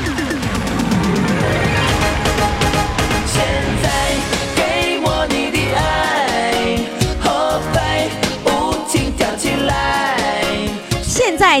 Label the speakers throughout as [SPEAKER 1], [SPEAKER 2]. [SPEAKER 1] 现在给我你的爱，后背不停跳起来。
[SPEAKER 2] 现在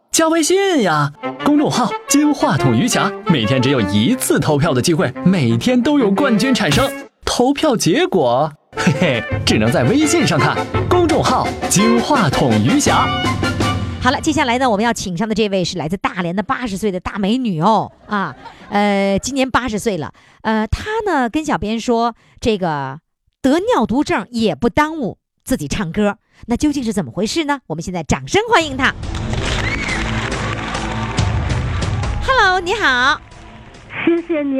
[SPEAKER 3] 加微信呀，公众号“金话筒余霞”，每天只有一次投票的机会，每天都有冠军产生。投票结果，嘿嘿，只能在微信上看。公众号“金话筒余霞
[SPEAKER 2] 好了，接下来呢，我们要请上的这位是来自大连的八十岁的大美女哦啊，呃，今年八十岁了，呃，她呢跟小编说，这个得尿毒症也不耽误自己唱歌，那究竟是怎么回事呢？我们现在掌声欢迎她。Hello，你好，
[SPEAKER 4] 谢谢你，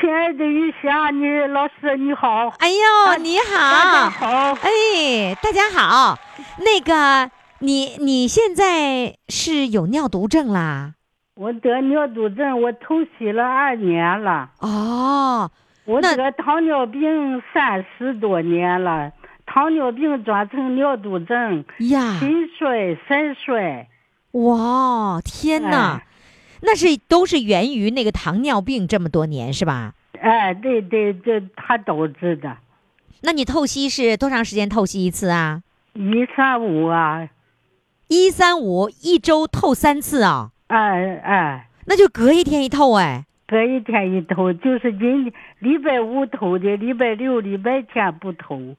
[SPEAKER 4] 亲爱的玉霞，你老师你好，
[SPEAKER 2] 哎呦，你
[SPEAKER 4] 大家
[SPEAKER 2] 好，
[SPEAKER 4] 好，
[SPEAKER 2] 哎，大家好，那个你你现在是有尿毒症啦？
[SPEAKER 4] 我得尿毒症，我透析了二年了，
[SPEAKER 2] 哦，
[SPEAKER 4] 我
[SPEAKER 2] 那
[SPEAKER 4] 得糖尿病三十多年了，糖尿病转成尿毒症，
[SPEAKER 2] 呀。
[SPEAKER 4] 心衰、肾衰，
[SPEAKER 2] 哇，天哪
[SPEAKER 4] 哎！
[SPEAKER 2] 那是都是源于那个糖尿病这么多年是吧？
[SPEAKER 4] 哎，对对，这他导致的，
[SPEAKER 2] 那你透析是多长时间透析一次啊？
[SPEAKER 4] 一三五啊，
[SPEAKER 2] 一三五一周透三次啊、
[SPEAKER 4] 哎哎，
[SPEAKER 2] 那就隔一天一透哎。
[SPEAKER 4] 隔一天一头，就是今礼拜五头的，礼拜六、礼拜天不头。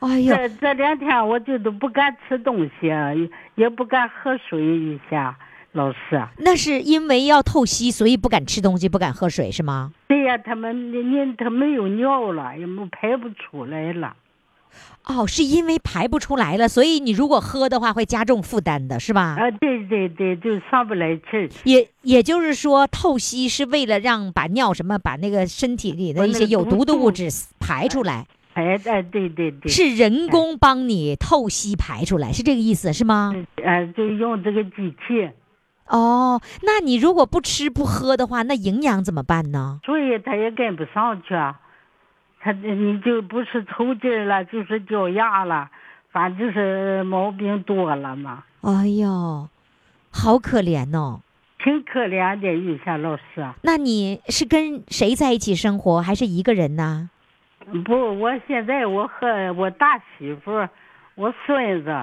[SPEAKER 2] 哎呦，
[SPEAKER 4] 这这两天我就都不敢吃东西，啊也也不敢喝水一下。老师，啊
[SPEAKER 2] 那是因为要透析，所以不敢吃东西，不敢喝水是吗？
[SPEAKER 4] 对呀，他们你你他没有尿了，也没排不出来了。
[SPEAKER 2] 哦，是因为排不出来了，所以你如果喝的话会加重负担的是吧？
[SPEAKER 4] 啊，对对对，就上不来气儿。
[SPEAKER 2] 也也就是说，透析是为了让把尿什么把那个身体里的
[SPEAKER 4] 把
[SPEAKER 2] 一
[SPEAKER 4] 那
[SPEAKER 2] 些
[SPEAKER 4] 个
[SPEAKER 2] 有
[SPEAKER 4] 毒
[SPEAKER 2] 毒的
[SPEAKER 4] 素
[SPEAKER 2] 物质排出来。
[SPEAKER 4] 哎哎，对对对，
[SPEAKER 2] 是人工帮你透析排出来，是这个意思是吗？
[SPEAKER 4] 哎，就用这个机器，
[SPEAKER 2] 哦，那你如果不吃不喝的话，那营养怎么办呢？
[SPEAKER 4] 所以他也跟不上去啊。他你就不是抽筋儿了，就是脚丫了，反正就是毛病多了嘛，
[SPEAKER 2] 哎呦，好可怜哦。
[SPEAKER 4] 挺可怜的。玉霞老师啊。
[SPEAKER 2] 那你是跟谁在一起生活，还是一个人呢？
[SPEAKER 4] 不，我现在我和我大媳妇儿、我孙子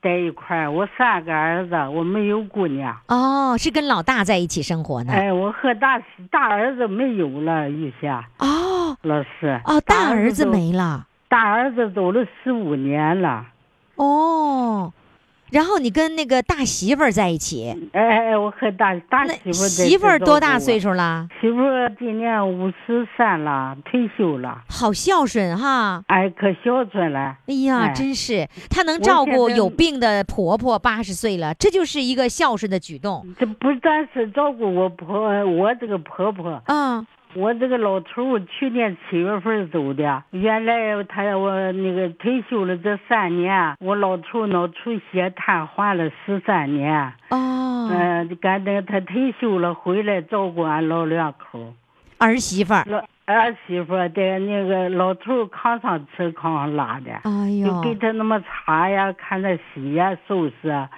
[SPEAKER 4] 在一块儿，我三个儿子，我没有姑娘。
[SPEAKER 2] 哦，是跟老大在一起生活呢。
[SPEAKER 4] 哎，我和大媳大儿子没有了，玉霞
[SPEAKER 2] 哦
[SPEAKER 4] 老师。
[SPEAKER 2] 哦，大儿子
[SPEAKER 4] 走，
[SPEAKER 2] 没了。
[SPEAKER 4] 大儿子走了十五年了。
[SPEAKER 2] 哦，然后你跟那个大媳妇儿在一起，
[SPEAKER 4] 哎哎，我和大大媳妇
[SPEAKER 2] 那媳妇儿多大岁
[SPEAKER 4] 数？
[SPEAKER 2] 数啦？
[SPEAKER 4] 媳妇儿今年五十三了，退休了。
[SPEAKER 2] 好孝顺哈。
[SPEAKER 4] 哎，可孝顺了。
[SPEAKER 2] 哎呀，
[SPEAKER 4] 哎
[SPEAKER 2] 真是，她能
[SPEAKER 4] 我
[SPEAKER 2] 照
[SPEAKER 4] 现
[SPEAKER 2] 顾
[SPEAKER 4] 在
[SPEAKER 2] 有病的婆婆，八十岁了，这就是一个孝顺的举动
[SPEAKER 4] 这不但是照顾我婆，呃我这个婆婆，
[SPEAKER 2] 啊！
[SPEAKER 4] 我这个老头儿去年七月份走的，原来他我那个退休了这三年，啊我老头儿脑出血瘫痪了十三年，
[SPEAKER 2] 哦，
[SPEAKER 4] 嗯、赶等他退休了回来照顾俺老两口儿，
[SPEAKER 2] 儿媳妇儿，
[SPEAKER 4] 老儿媳妇儿在那个老头儿炕上吃炕上拉的，
[SPEAKER 2] 哎
[SPEAKER 4] 就
[SPEAKER 2] 呦，
[SPEAKER 4] 给他那么擦呀、看他洗呀、收拾啊，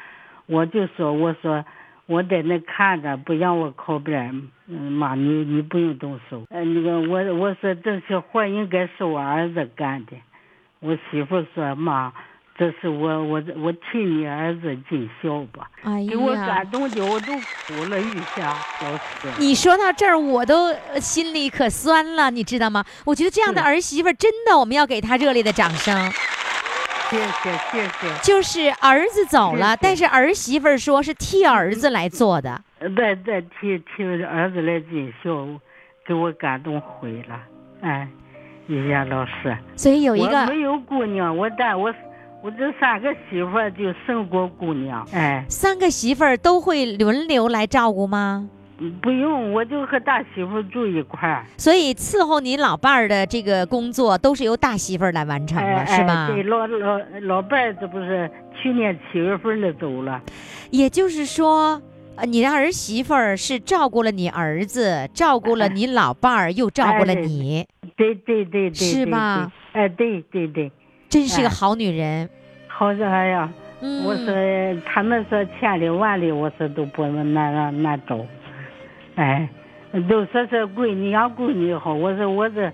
[SPEAKER 4] 我就说我说我在那看着，不让我靠边儿。嗯，妈，你你不用动手。呃，那个我我说这些活儿应该是我儿子干的，我媳妇说妈，这是我我我替你儿子尽孝吧，
[SPEAKER 2] 哎
[SPEAKER 4] 给我
[SPEAKER 2] 呀
[SPEAKER 4] 感，动的我都哭了一下，老师。
[SPEAKER 2] 你说到这儿，我都呃心里可酸了，你知道吗？我觉得这样的
[SPEAKER 4] 是
[SPEAKER 2] 儿媳妇儿，真的，我们要给她热烈的掌声。
[SPEAKER 4] 谢谢谢谢
[SPEAKER 2] 就是儿子走了，
[SPEAKER 4] 是
[SPEAKER 2] 但是儿媳妇儿说是替儿子来做的。，
[SPEAKER 4] 呃再再替替儿子来尽孝，给我感动毁了，哎，哎呀，老师，
[SPEAKER 2] 所以有一
[SPEAKER 4] 我
[SPEAKER 2] 个
[SPEAKER 4] 没有姑娘，我但我我这三个媳妇儿就胜过姑娘，哎，
[SPEAKER 2] 三个媳妇儿都会轮流来照顾吗？
[SPEAKER 4] 不用，我就和大媳妇住一块儿，
[SPEAKER 2] 所以伺候你老伴儿的这个工作都是由大媳妇儿来完成
[SPEAKER 4] 哎
[SPEAKER 2] 了，是吧
[SPEAKER 4] 哎，？对，老老老伴儿这不是去年七月份的走了，
[SPEAKER 2] 也就是说，呃，你的儿媳妇儿是照顾了你儿子，照 顾了
[SPEAKER 4] 哎
[SPEAKER 2] 你老伴儿，又照顾了
[SPEAKER 4] 哎对
[SPEAKER 2] 你，
[SPEAKER 4] 对对对对，
[SPEAKER 2] 是
[SPEAKER 4] 对
[SPEAKER 2] 吧？
[SPEAKER 4] 对哎，对对对，
[SPEAKER 2] 真是个
[SPEAKER 4] 哎
[SPEAKER 2] 好女人。
[SPEAKER 4] 好像哎呀。
[SPEAKER 2] 嗯，
[SPEAKER 4] 我说他们说千里万里，我说都不能那那那找，哎，都说是闺女养闺女好，我说我这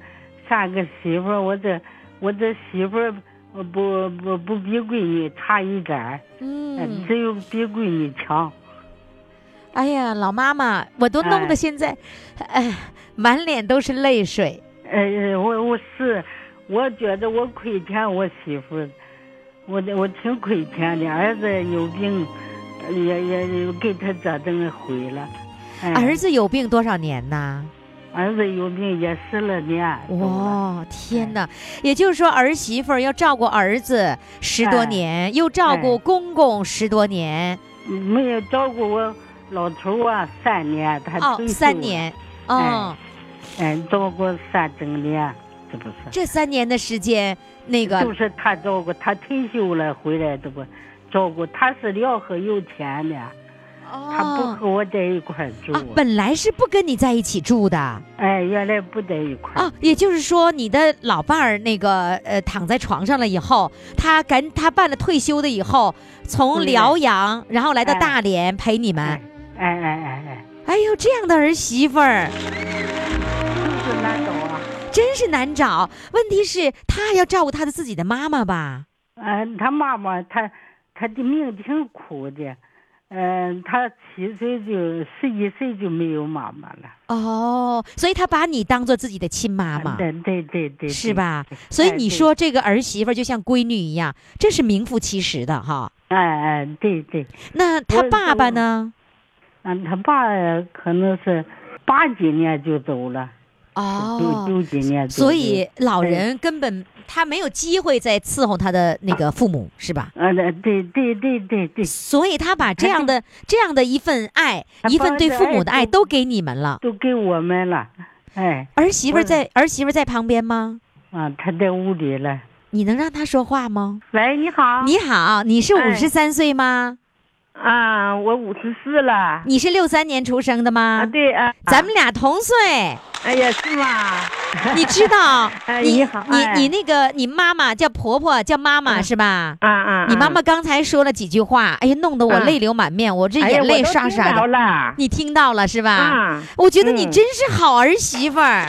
[SPEAKER 4] 三个媳妇儿，我这我这媳妇儿呃不不不比闺女差一点儿，哎
[SPEAKER 2] 嗯，
[SPEAKER 4] 只有比闺女强。
[SPEAKER 2] 哎呀，老妈妈，我都弄得
[SPEAKER 4] 哎
[SPEAKER 2] 现在，哎，满脸都是泪水。
[SPEAKER 4] 呃，我我是，我觉得我亏欠我媳妇儿，我的我挺亏欠的，儿子有病，也也给他折腾毁了。哎
[SPEAKER 2] 儿子有病多少年呐？
[SPEAKER 4] 儿子有病也十来年，哇，
[SPEAKER 2] 哇，天哪！也就是说，儿媳妇儿要照顾儿子十多
[SPEAKER 4] 哎
[SPEAKER 2] 年，又照顾
[SPEAKER 4] 哎
[SPEAKER 2] 公公十多年，
[SPEAKER 4] 没有照顾我老头儿啊三年，他
[SPEAKER 2] 哦
[SPEAKER 4] 退，休
[SPEAKER 2] 三
[SPEAKER 4] 了，
[SPEAKER 2] 年，哦，
[SPEAKER 4] 哎，照顾三整年，这不是，
[SPEAKER 2] 这三年的时间，那
[SPEAKER 4] 就
[SPEAKER 2] 个
[SPEAKER 4] 是他照顾，他退休了回来这不照顾，他是聊和有钱的，他不
[SPEAKER 2] 哦
[SPEAKER 4] 和我在一块儿住，
[SPEAKER 2] 啊，本来是不跟你在一起住的啊，
[SPEAKER 4] 哎，原来不在一块儿，
[SPEAKER 2] 也就是说，你的老伴儿那个呃躺在床上了以后，他赶他办了退休的以后，从
[SPEAKER 4] 对
[SPEAKER 2] 辽阳然后来到
[SPEAKER 4] 哎
[SPEAKER 2] 大连陪你们
[SPEAKER 4] 哎，哎哎哎哎，
[SPEAKER 2] 哎呦，这样的儿媳妇儿。
[SPEAKER 4] 就是难找啊，
[SPEAKER 2] 真是难找。问题是，他还要照顾他的自己的妈妈吧？
[SPEAKER 4] 嗯，他妈妈他他的命挺苦的，嗯、他七岁就十一岁就没有妈妈了，
[SPEAKER 2] 哦，所以他把你当做自己的亲妈妈，
[SPEAKER 4] 对对对对，
[SPEAKER 2] 是？吧？所以你
[SPEAKER 4] 对
[SPEAKER 2] 说这个儿媳妇儿就像闺女一样，这是名副其实的哈。
[SPEAKER 4] 哎哎，对对，
[SPEAKER 2] 啊那他
[SPEAKER 4] 我也
[SPEAKER 2] 爸爸
[SPEAKER 4] 是
[SPEAKER 2] 呢？
[SPEAKER 4] 嗯，他爸可能是八几年就走了，九
[SPEAKER 2] 哦，
[SPEAKER 4] 九几年就走，
[SPEAKER 2] 所以老人根本他没有机会再伺候他的那个父母，是吧？
[SPEAKER 4] 嗯，对对对对对，
[SPEAKER 2] 所以他把这样的这样的一份爱，
[SPEAKER 4] 他
[SPEAKER 2] 一份
[SPEAKER 4] 把
[SPEAKER 2] 对
[SPEAKER 4] 这
[SPEAKER 2] 父
[SPEAKER 4] 爱
[SPEAKER 2] 母的爱
[SPEAKER 4] 都
[SPEAKER 2] 都给你们了。
[SPEAKER 4] 哎都给我们了，哎，
[SPEAKER 2] 啊儿媳妇儿
[SPEAKER 4] 我
[SPEAKER 2] 在儿媳妇儿在旁边吗？
[SPEAKER 4] 啊，他在屋里了。
[SPEAKER 2] 你能让她说话吗？
[SPEAKER 4] 喂，你好，
[SPEAKER 2] 你好，你是五
[SPEAKER 4] 哎
[SPEAKER 2] 十三岁吗？
[SPEAKER 4] 啊，我五十四了，
[SPEAKER 2] 你是六三年出生的吗？
[SPEAKER 4] 啊，对啊，
[SPEAKER 2] 咱们俩同岁，
[SPEAKER 4] 哎呀，是吗？
[SPEAKER 2] 你知道？
[SPEAKER 4] 哎
[SPEAKER 2] 你
[SPEAKER 4] 你好哎
[SPEAKER 2] 你你那个你妈妈叫婆婆叫妈妈是吧？
[SPEAKER 4] 啊啊！
[SPEAKER 2] 你妈妈刚才说了几句话，哎呀，弄得我
[SPEAKER 4] 嗯
[SPEAKER 2] 泪流满面，我这
[SPEAKER 4] 哎呀
[SPEAKER 2] 眼
[SPEAKER 4] 我
[SPEAKER 2] 泪
[SPEAKER 4] 都
[SPEAKER 2] 刷
[SPEAKER 4] 听
[SPEAKER 2] 刷
[SPEAKER 4] 着
[SPEAKER 2] 的。
[SPEAKER 4] 了，
[SPEAKER 2] 你听到了是吧？
[SPEAKER 4] 啊！
[SPEAKER 2] 我觉得你
[SPEAKER 4] 嗯
[SPEAKER 2] 真是好儿媳妇儿。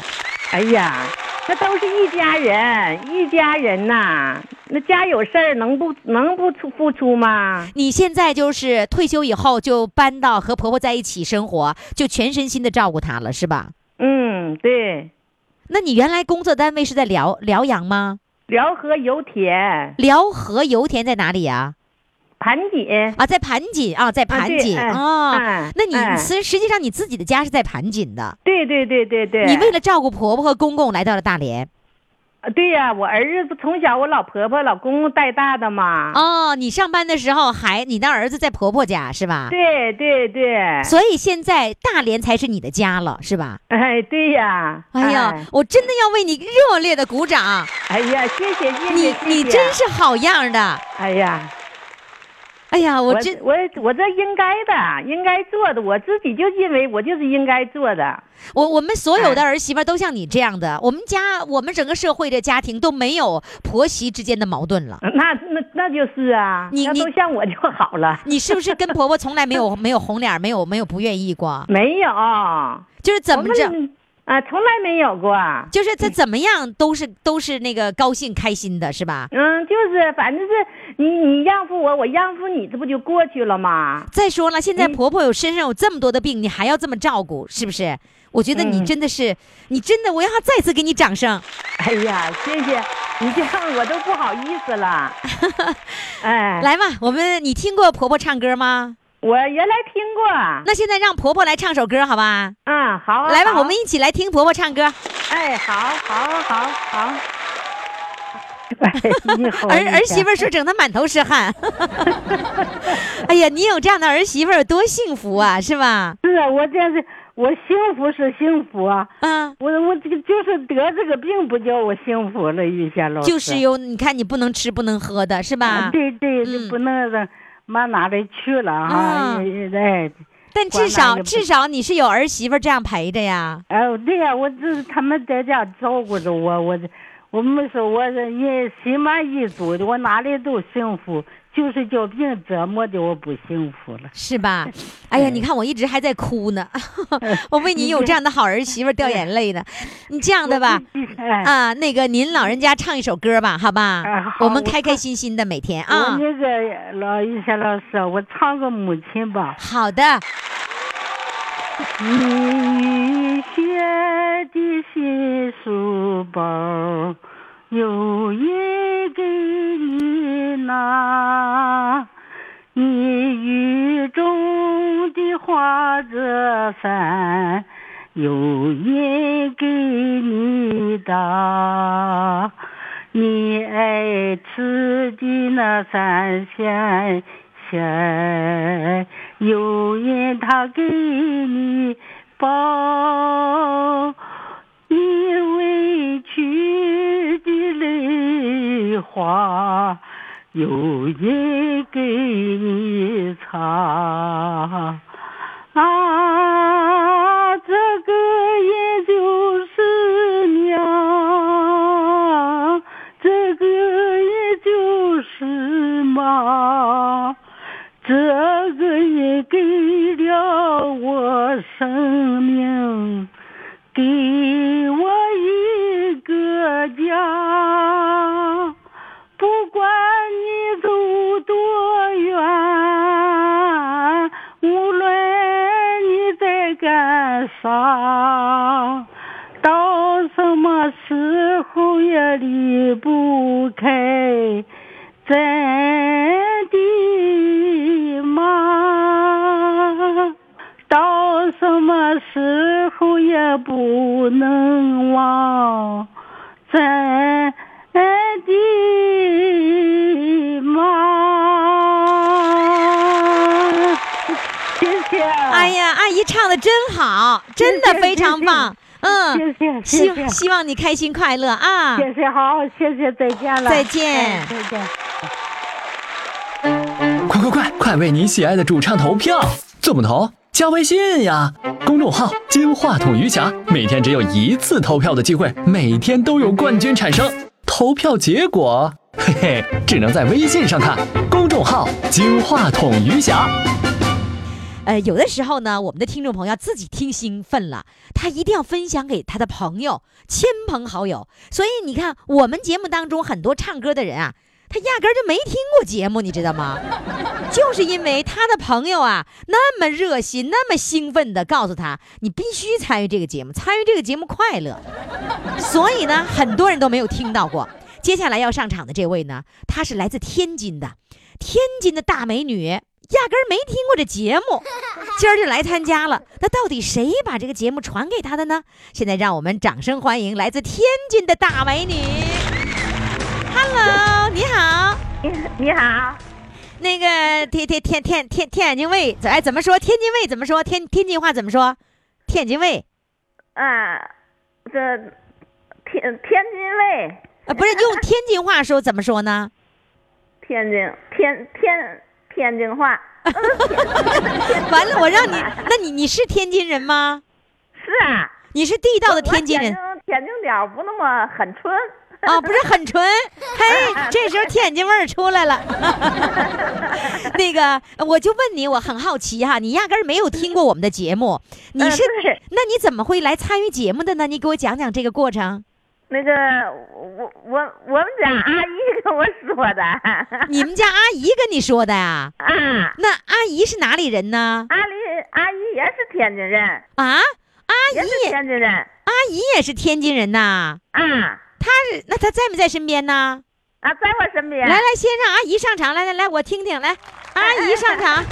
[SPEAKER 4] 哎呀，那都是一家人，一家人呐。那家有事儿能不能不出付出吗？
[SPEAKER 2] 你现在就是退休以后就搬到和婆婆在一起生活，就全身心的照顾她了是吧？
[SPEAKER 4] 嗯，对，
[SPEAKER 2] 那你原来工作单位是在辽辽阳吗？
[SPEAKER 4] 辽河油田
[SPEAKER 2] 辽河油田在哪里呀、
[SPEAKER 4] 盘锦
[SPEAKER 2] 啊，在盘锦啊，在盘锦
[SPEAKER 4] 啊对哎
[SPEAKER 2] 哦
[SPEAKER 4] 哎。
[SPEAKER 2] 那你
[SPEAKER 4] 哎
[SPEAKER 2] 实实际上你自己的家是在盘锦的，
[SPEAKER 4] 对对对对对，
[SPEAKER 2] 你为了照顾婆婆和公公来到了大连
[SPEAKER 4] 啊对呀、我儿子不从小我老婆婆老公公带大的嘛，
[SPEAKER 2] 哦。你上班的时候还你那儿子在婆婆家是吧？
[SPEAKER 4] 对对对，
[SPEAKER 2] 啊所以现在大连才是你的家了，是吧？
[SPEAKER 4] 哎对呀、
[SPEAKER 2] 哎呀，我真的要为你热烈的鼓掌，
[SPEAKER 4] 哎呀，谢谢谢谢
[SPEAKER 2] 你
[SPEAKER 4] 谢谢，
[SPEAKER 2] 你真是好样的！
[SPEAKER 4] 哎呀。
[SPEAKER 2] 哎呀，我
[SPEAKER 4] 我
[SPEAKER 2] 真
[SPEAKER 4] 我我这应该的，应该做的，我自己就认为我就是应该做的。哎
[SPEAKER 2] 我我们所有的儿媳妇儿都像你这样的，我们家我们整个社会的家庭都没有婆媳之间的矛盾了。
[SPEAKER 4] 那那那就是啊，
[SPEAKER 2] 你
[SPEAKER 4] 那
[SPEAKER 2] 你
[SPEAKER 4] 都像我就好了。
[SPEAKER 2] 你是不是跟 婆婆从来没有没有红脸儿，没有没有不愿意过？
[SPEAKER 4] 没有，
[SPEAKER 2] 就是
[SPEAKER 4] 我
[SPEAKER 2] 怎么着？
[SPEAKER 4] 们
[SPEAKER 5] 啊，从来没有过。
[SPEAKER 2] 就是他怎么样都是都是那个高兴开心的，是吧？
[SPEAKER 5] 嗯，就是反正是你你让付我，我让付你，这不就过去了吗？
[SPEAKER 2] 再说了，现在婆婆有身上有这么多的病，你还要这么照顾，是不是？我觉得
[SPEAKER 5] 嗯
[SPEAKER 2] 你真的是，你真的，我要再次给你掌声。
[SPEAKER 5] 哎呀，谢谢，你这样我都不好意思 了。哎，
[SPEAKER 2] 来吧，我们你听过婆婆唱歌吗？
[SPEAKER 5] 我原来听过。
[SPEAKER 2] 那现在让婆婆来唱首歌，好吧？
[SPEAKER 5] 嗯，好啊，
[SPEAKER 2] 来吧，
[SPEAKER 5] 好
[SPEAKER 2] 我们一起来听婆婆唱歌。
[SPEAKER 5] 哎，好，好，好，好。哎
[SPEAKER 6] 以后
[SPEAKER 2] 儿儿媳妇儿说整得满头 是汗。哎呀，你有这样的儿媳妇儿多幸福啊，是吧？
[SPEAKER 6] 是啊，我这是我幸福是幸福啊，
[SPEAKER 2] 啊，
[SPEAKER 6] 我我这个就是得这个病不叫我幸福了，玉霞老师。
[SPEAKER 2] 就是有，你看你不能吃不能喝的，是吧？
[SPEAKER 6] 对对，
[SPEAKER 2] 嗯
[SPEAKER 6] 就不能让往哪里去了啊！
[SPEAKER 2] 啊
[SPEAKER 6] 哎，
[SPEAKER 2] 但至
[SPEAKER 6] 管哪
[SPEAKER 2] 少
[SPEAKER 6] 个不
[SPEAKER 2] 至少你是有儿媳妇儿这样陪着呀。
[SPEAKER 6] 哎，哎对呀，我这是他们在家照顾着我，我这我没说我是也心满意足的，我哪里都幸福，就是叫病折磨的我不幸福了。
[SPEAKER 2] 是 吧？哎呀，你看我一直还在哭呢，我为你有这样的好儿媳妇儿掉眼泪呢。你这样的吧，
[SPEAKER 6] 哎，
[SPEAKER 2] 啊，那个您老人家唱一首歌吧，好吧
[SPEAKER 6] 哎？好
[SPEAKER 2] 我们
[SPEAKER 6] 我
[SPEAKER 2] 开开心心的每天
[SPEAKER 6] 我
[SPEAKER 2] 啊。
[SPEAKER 6] 那个老玉霞老师，我唱个母亲吧。
[SPEAKER 2] 好的，
[SPEAKER 6] 雨雪的新书包，有人给你拿。你雨中的花折伞，有人给你打。你爱吃的那三鲜鲜，有人他给你包。你委屈的泪花，有人给你擦。啊，这个也就是娘，这个也就是妈，这个也给了我生命，给我一个家。不管你走多远，无论你在干啥，到什么时候也离不开咱的妈。到什么时候也不能忘咱的妈。谢谢。
[SPEAKER 2] 哎呀，阿姨唱的真好，真的
[SPEAKER 6] 谢谢
[SPEAKER 2] 非常棒。嗯，
[SPEAKER 6] 谢谢
[SPEAKER 2] 希
[SPEAKER 6] 谢谢
[SPEAKER 2] 希望你开心快乐啊！
[SPEAKER 6] 谢谢，好，谢谢，再见了，
[SPEAKER 2] 再见
[SPEAKER 6] 哎再见。
[SPEAKER 3] 快快快，快为你喜爱的主唱投票！怎么投？加微信呀，公众号“金话筒余霞”，每天只有一次投票的机会，每天都有冠军产生。投票结果，嘿嘿，只能在微信上看。公众号“金话筒余霞”。
[SPEAKER 2] 呃，有的时候呢，我们的听众朋友自己听兴奋了，他一定要分享给他的朋友、亲朋好友。所以你看，我们节目当中很多唱歌的人啊，他压根儿就没听过节目，你知道吗？ 就是因为他的朋友啊那么热心、那么兴奋的告诉他，你必须参与这个节目，参与这个节目快乐。所以呢，很多人都没有听到过。接下来要上场的这位呢，她是来自天津的，天津的大美女，压根儿没听过这节 目，今儿就来参加了。那到底谁把这个节目传给她的呢？现在让我们掌声欢迎来自天津的大美女。Hello，你好，
[SPEAKER 5] 你好，
[SPEAKER 2] 那个天天天天天天眼镜卫，哎，怎么说？天津卫怎么说？天天津话怎么说？天津卫
[SPEAKER 5] 啊，这天天津卫，
[SPEAKER 2] 啊，不是用天津话说怎么说呢？
[SPEAKER 5] 天津天天天津话，
[SPEAKER 2] 完了，我让你，那你你是天津人吗？
[SPEAKER 5] 是啊，
[SPEAKER 2] 你是地道的天津人
[SPEAKER 5] 我天津天津点儿不那么很村，
[SPEAKER 2] 啊，不是 很纯，嘿，这时候天津味儿出来了。 那个，我就问你，我很好奇哈、你压根儿没有听过我们的节目，你
[SPEAKER 5] 嗯
[SPEAKER 2] 是、
[SPEAKER 5] 对
[SPEAKER 2] 那你怎么会来参与节目的呢？你给我讲讲这个过程。
[SPEAKER 5] 那个我我我们家阿姨跟我说的，
[SPEAKER 2] 你们家阿姨跟你说的呀？
[SPEAKER 5] 啊，
[SPEAKER 2] 那阿姨是哪里人呢？
[SPEAKER 5] 阿姨阿姨也是天津人，
[SPEAKER 2] 啊，阿
[SPEAKER 5] 也
[SPEAKER 2] 姨
[SPEAKER 5] 是
[SPEAKER 2] 也
[SPEAKER 5] 天津人，
[SPEAKER 2] 阿姨也是天津人呐。
[SPEAKER 5] 啊
[SPEAKER 2] 她是那她在没在身边呢？
[SPEAKER 5] 啊，在我身边
[SPEAKER 2] 来，来，先让阿姨上场，来来来，我听听，来， 阿姨上场。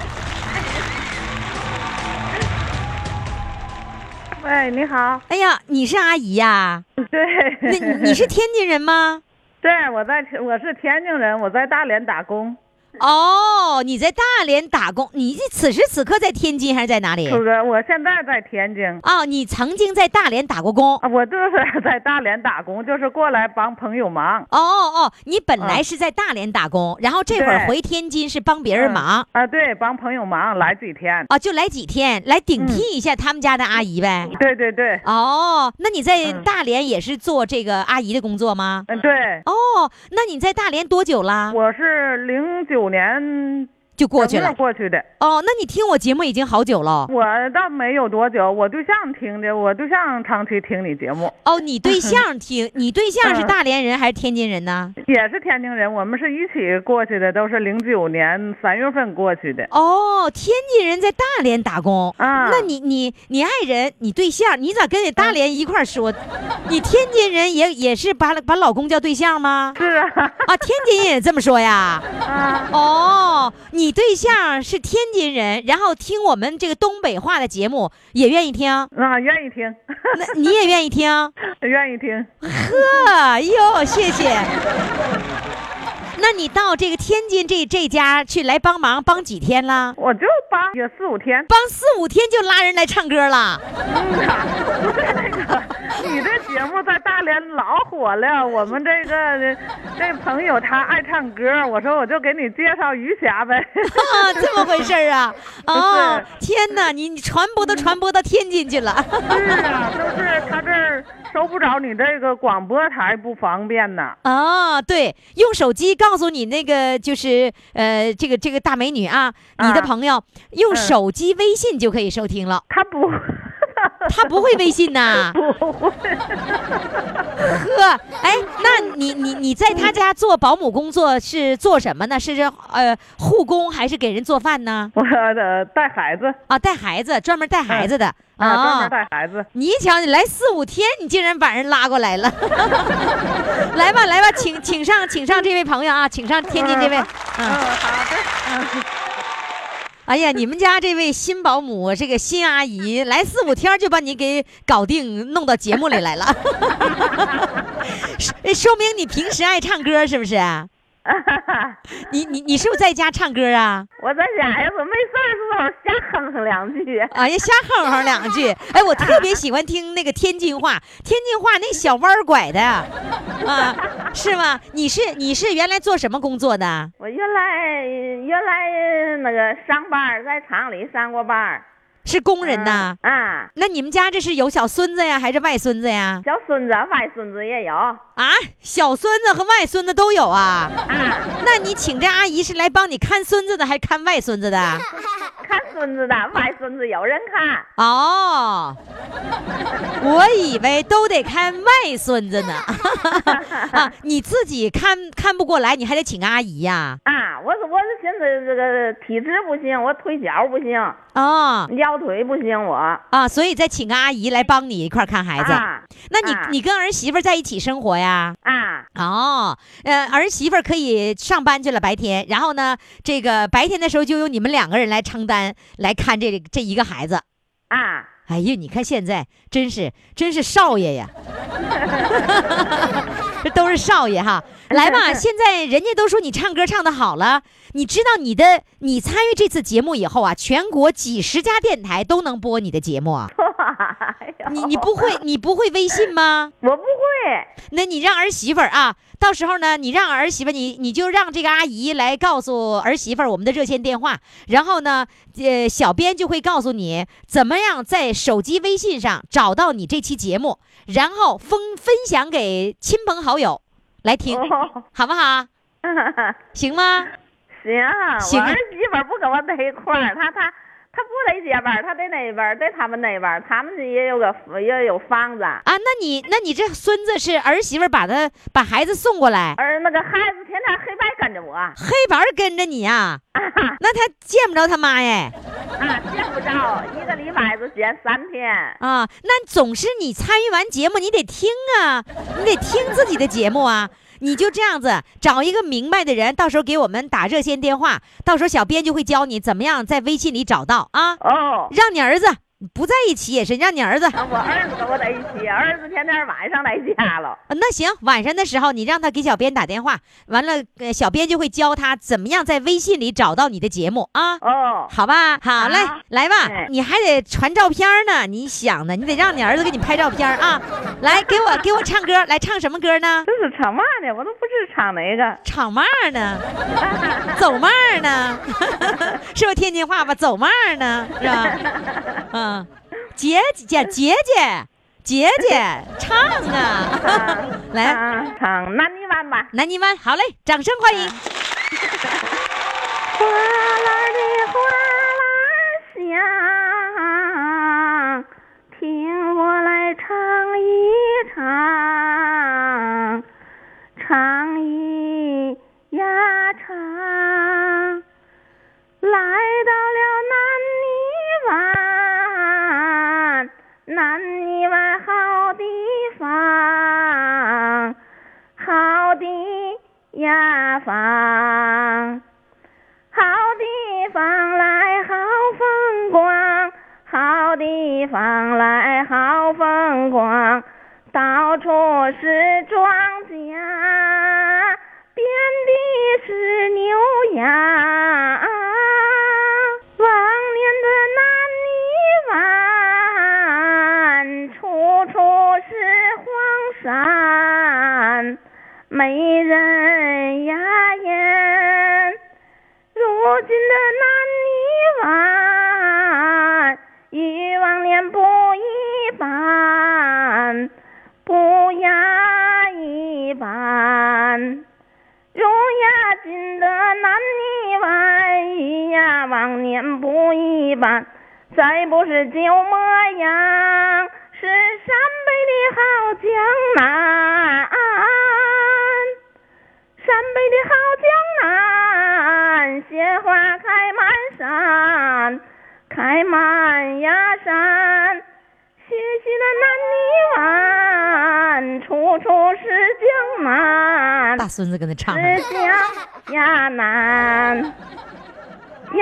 [SPEAKER 5] 喂，你好，
[SPEAKER 2] 哎呀，你是阿姨呀、
[SPEAKER 5] 对，
[SPEAKER 2] 那你你是天津人吗？
[SPEAKER 5] 对，我在我是天津人，我在大连打工，
[SPEAKER 2] 哦，你在大连打工，你此时此刻在天津还是在哪里
[SPEAKER 5] 是？不是？我现在在天津。
[SPEAKER 2] 哦，你曾经在大连打过工。
[SPEAKER 5] 啊，我就是 在大连打工，就是过来帮朋友忙。
[SPEAKER 2] 哦哦哦，你本来
[SPEAKER 5] 啊
[SPEAKER 2] 是在大连打工，然后这会儿
[SPEAKER 5] 对
[SPEAKER 2] 回天津是帮别人忙。
[SPEAKER 5] 啊，对，帮朋友忙来几天。嗯
[SPEAKER 2] 哦，就来几天，来顶替一下他们家的阿姨呗。
[SPEAKER 5] 对对对，
[SPEAKER 2] 哦，那你在
[SPEAKER 5] 嗯
[SPEAKER 2] 大连也是做这个阿姨的工作吗？
[SPEAKER 5] 嗯，对，
[SPEAKER 2] 哦，那你在大连多久啦？
[SPEAKER 5] 我是零九年
[SPEAKER 2] 就过去
[SPEAKER 5] 整个
[SPEAKER 2] 了。
[SPEAKER 5] 过去的。
[SPEAKER 2] 哦，那你听我节目已经好久了。
[SPEAKER 5] 我倒没有多久，我对象听的，我对象长期听你节目，
[SPEAKER 2] 哦，你对 象听，你对象是
[SPEAKER 5] 嗯
[SPEAKER 2] 大连人还是天津人呢？
[SPEAKER 5] 也是天津人，我们是一起过去的，都是零九年三月份过去的。
[SPEAKER 2] 哦，天津人在大连打工。
[SPEAKER 5] 啊
[SPEAKER 2] 那你你你爱人，你对象，你咋跟
[SPEAKER 5] 嗯
[SPEAKER 2] 你大连一块儿说？你天津人也也是把把老公叫对象吗？
[SPEAKER 5] 是啊，
[SPEAKER 2] 啊，天津人也这么说呀？
[SPEAKER 5] 啊，
[SPEAKER 2] 哦，你对象是天津人，然后听我们这个东北话的节目也愿意听，
[SPEAKER 5] 啊，愿意听，
[SPEAKER 2] 那你也愿意听？
[SPEAKER 5] 愿意听。
[SPEAKER 2] 呵哟，谢谢。那你到这个天津这这家去来帮忙，帮几天啦？
[SPEAKER 5] 我就帮也四五天。
[SPEAKER 2] 帮四五天就拉人来唱歌了。
[SPEAKER 5] 你这节目在大连老火了，我们这个这朋友他爱唱歌，我说我就给你介绍余霞呗。
[SPEAKER 2] 啊，这么回事儿 啊！哦
[SPEAKER 5] 是，嗯
[SPEAKER 2] 天哪，你你传播都传播到天津去了。
[SPEAKER 5] 是啊，都是他这儿收不着你这个广播台不方便呐。
[SPEAKER 2] 啊，对，用手机告诉你那个就是呃，这个这个大美女啊，你的
[SPEAKER 5] 啊
[SPEAKER 2] 朋友用
[SPEAKER 5] 嗯
[SPEAKER 2] 手机微信就可以收听了。
[SPEAKER 5] 他不，，
[SPEAKER 2] 他不会微信呐
[SPEAKER 5] 不 会，
[SPEAKER 2] 呵，哎，那你你你在他家做保姆工作是做什么呢？是这呃护工还是给人做饭呢？
[SPEAKER 5] 我的呃带孩子
[SPEAKER 2] 啊，带孩子，专门带孩子的
[SPEAKER 5] 啊，专
[SPEAKER 2] 啊
[SPEAKER 5] 门。带孩子。
[SPEAKER 2] 你一瞧，你来四五天，你竟然把人拉过来了。 来吧，来吧，请请上，请上这位朋友啊，请上天津这位。
[SPEAKER 5] 嗯，
[SPEAKER 2] 嗯，
[SPEAKER 5] 好的。
[SPEAKER 2] 哎呀，你们家这位新保姆，这个新阿姨，来四五天就把你给搞定，弄到节目里来了。 说说明你平时爱唱歌是不是？你你你是不是在家唱歌啊？
[SPEAKER 5] 我在家呀，我没事儿的时候瞎哼哼两句。
[SPEAKER 2] 哎呀，瞎哼哼两 句。哎，我特别喜欢听那个天津话，天津话那小弯儿拐的，啊，是吗？你是你是原来做什么工作的？
[SPEAKER 5] 我原来原来那个上班儿在厂里上过班儿。
[SPEAKER 2] 是工人呐？
[SPEAKER 5] 啊，
[SPEAKER 2] 那你们家这是有小孙子呀，还是外孙子呀？
[SPEAKER 5] 小孙子、外孙子也有啊，
[SPEAKER 2] 啊，小孙子和外孙子都有啊？那你请这阿姨是来帮你看孙子的，还是看外孙子的？
[SPEAKER 5] 看孙子的、外孙子有人看。
[SPEAKER 2] 哦，我以为都得看外 孙子呢。啊，你自己看看不过来，你还得请阿姨呀、
[SPEAKER 5] 啊，我是我是寻思这个体质不行，我腿脚不行，
[SPEAKER 2] 哦
[SPEAKER 5] 腰腿不行我，
[SPEAKER 2] 啊，所以再请个阿姨来帮你一块儿看孩子。
[SPEAKER 5] 啊
[SPEAKER 2] 那你、
[SPEAKER 5] 啊
[SPEAKER 2] 你跟儿媳妇儿在一起生活呀？
[SPEAKER 5] 啊
[SPEAKER 2] 哦，呃，儿媳妇儿可以上班去了白天，然后呢，这个白天的时候就由你们两个人来承担来看这这一个孩子。
[SPEAKER 5] 啊，
[SPEAKER 2] 哎呀，你看现在真是真是少爷呀，这都是少爷哈。来吧，现在人家都说你唱歌唱的好了，你知道你的你参与这次节目以后啊，全国几十家电台都能播你的节目啊。
[SPEAKER 5] 哎呦
[SPEAKER 2] 你你不会你不会微信吗？
[SPEAKER 5] 我不会，
[SPEAKER 2] 那你让儿媳妇儿啊，到时候呢，你让儿媳妇儿，你你就让这个阿姨来告诉儿媳妇儿我们的热线电话，然后呢，呃，小编就会告诉你怎么样在手机微信上找到你这期节目，然后分分享给亲朋好友。来听，
[SPEAKER 5] 哦，
[SPEAKER 2] 好不 好？行吗？
[SPEAKER 5] 行啊，
[SPEAKER 2] 行
[SPEAKER 5] 我儿媳妇儿不跟我在一块儿，她她她不在这边儿，她在那边儿，在他们那边儿，他们也有个也有房子。
[SPEAKER 2] 啊，那你那你这孙子是儿媳妇儿把他把孩子送过来，
[SPEAKER 5] 而那个孩子天天黑白跟着我，啊，
[SPEAKER 2] 黑白儿跟着你呀、 那他见不着他妈哎
[SPEAKER 5] 啊见不着，一个礼拜就见三天。
[SPEAKER 2] 啊，那总是你参与完节目，你得听啊，你得听自己的节目啊。你就这样子找一个明白的人，到时候给我们打热线电话，到时候小编就会教你怎么样在微信里找到啊。
[SPEAKER 5] 哦，
[SPEAKER 2] 让你儿子不在一起也是让你儿子。
[SPEAKER 5] 啊我儿子跟我在一起，儿子天天晚上来家了。
[SPEAKER 2] 啊那行，晚上的时候你让他给小编打电话，完了，呃小编就会教他怎么样在微信里找到你的节目啊。
[SPEAKER 5] 哦，
[SPEAKER 2] 好吧，好嘞，
[SPEAKER 5] 好
[SPEAKER 2] 来吧
[SPEAKER 5] 哎，
[SPEAKER 2] 你还得传照片呢，你想呢？你得让你儿子给你拍照片啊！来，给我给我唱歌，来唱什么歌呢？
[SPEAKER 5] 这是唱嘛呢？我都不知唱哪个。
[SPEAKER 2] 唱嘛呢？走嘛呢？ 是不是天津话吧？走嘛呢？是吧？嗯，姐姐姐姐姐 姐唱啊！来，
[SPEAKER 5] 啊，唱南泥湾吧。
[SPEAKER 2] 南泥湾，好嘞，掌声欢迎！
[SPEAKER 5] 花篮的花篮香，听我来唱一唱，唱一呀唱，来到了南泥湾，南泥湾好地方，好地呀方。好地方来好风光，好地方来好风光，到处是庄稼，遍地是牛羊。往年的南泥湾，处处是荒山，没人呀言。如今的南泥湾与往年不一般，不呀一般。如呀今的南泥湾与呀往年不一般，再不是旧模样，是陕北的好江南。陕北的好江南，雪花开满山，开满呀山。学习的南泥湾，处处是江南，
[SPEAKER 2] 大孙子跟他唱上了
[SPEAKER 5] 是江呀南。有战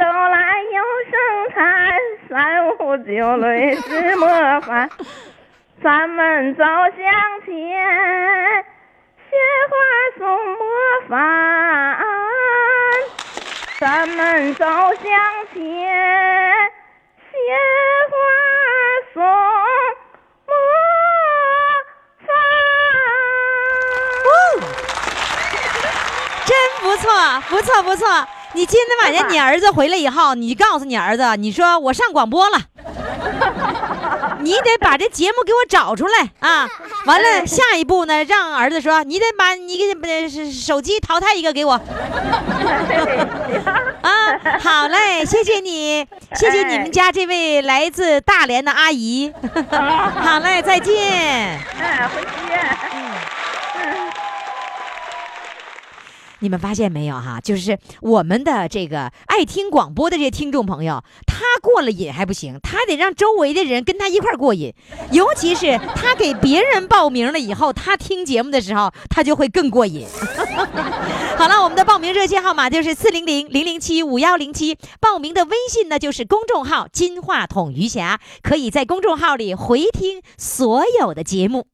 [SPEAKER 5] 斗来，有生产，三五九类是模范。咱们走向前，雪花送模范。咱们走向前，雪花送模范。
[SPEAKER 2] 真不错，不错，不错。你今天晚上你儿子回来以后，你告诉你儿子，你说我上广播了，你得把这节目给我找出来啊！完了，下一步呢，让儿子说，你得把你给呃是手机淘汰一个给我啊！好嘞，谢谢你，谢谢你们家这位来自大连的阿姨。 好嘞，再见。
[SPEAKER 5] 哎，回去。
[SPEAKER 2] 你们发现没有哈、就是我们的这个爱听广播的这些听众朋友，他过了瘾还不行，他得让周围的人跟他一块儿过瘾。尤其是他给别人报名了以后，他听节目的时候，他就会更过瘾。 好了，我们的报名热线号码就是四零零零零七五幺零七，报名的微信呢就是公众号“金话筒余霞”，可以在公众号里回听所有的节目。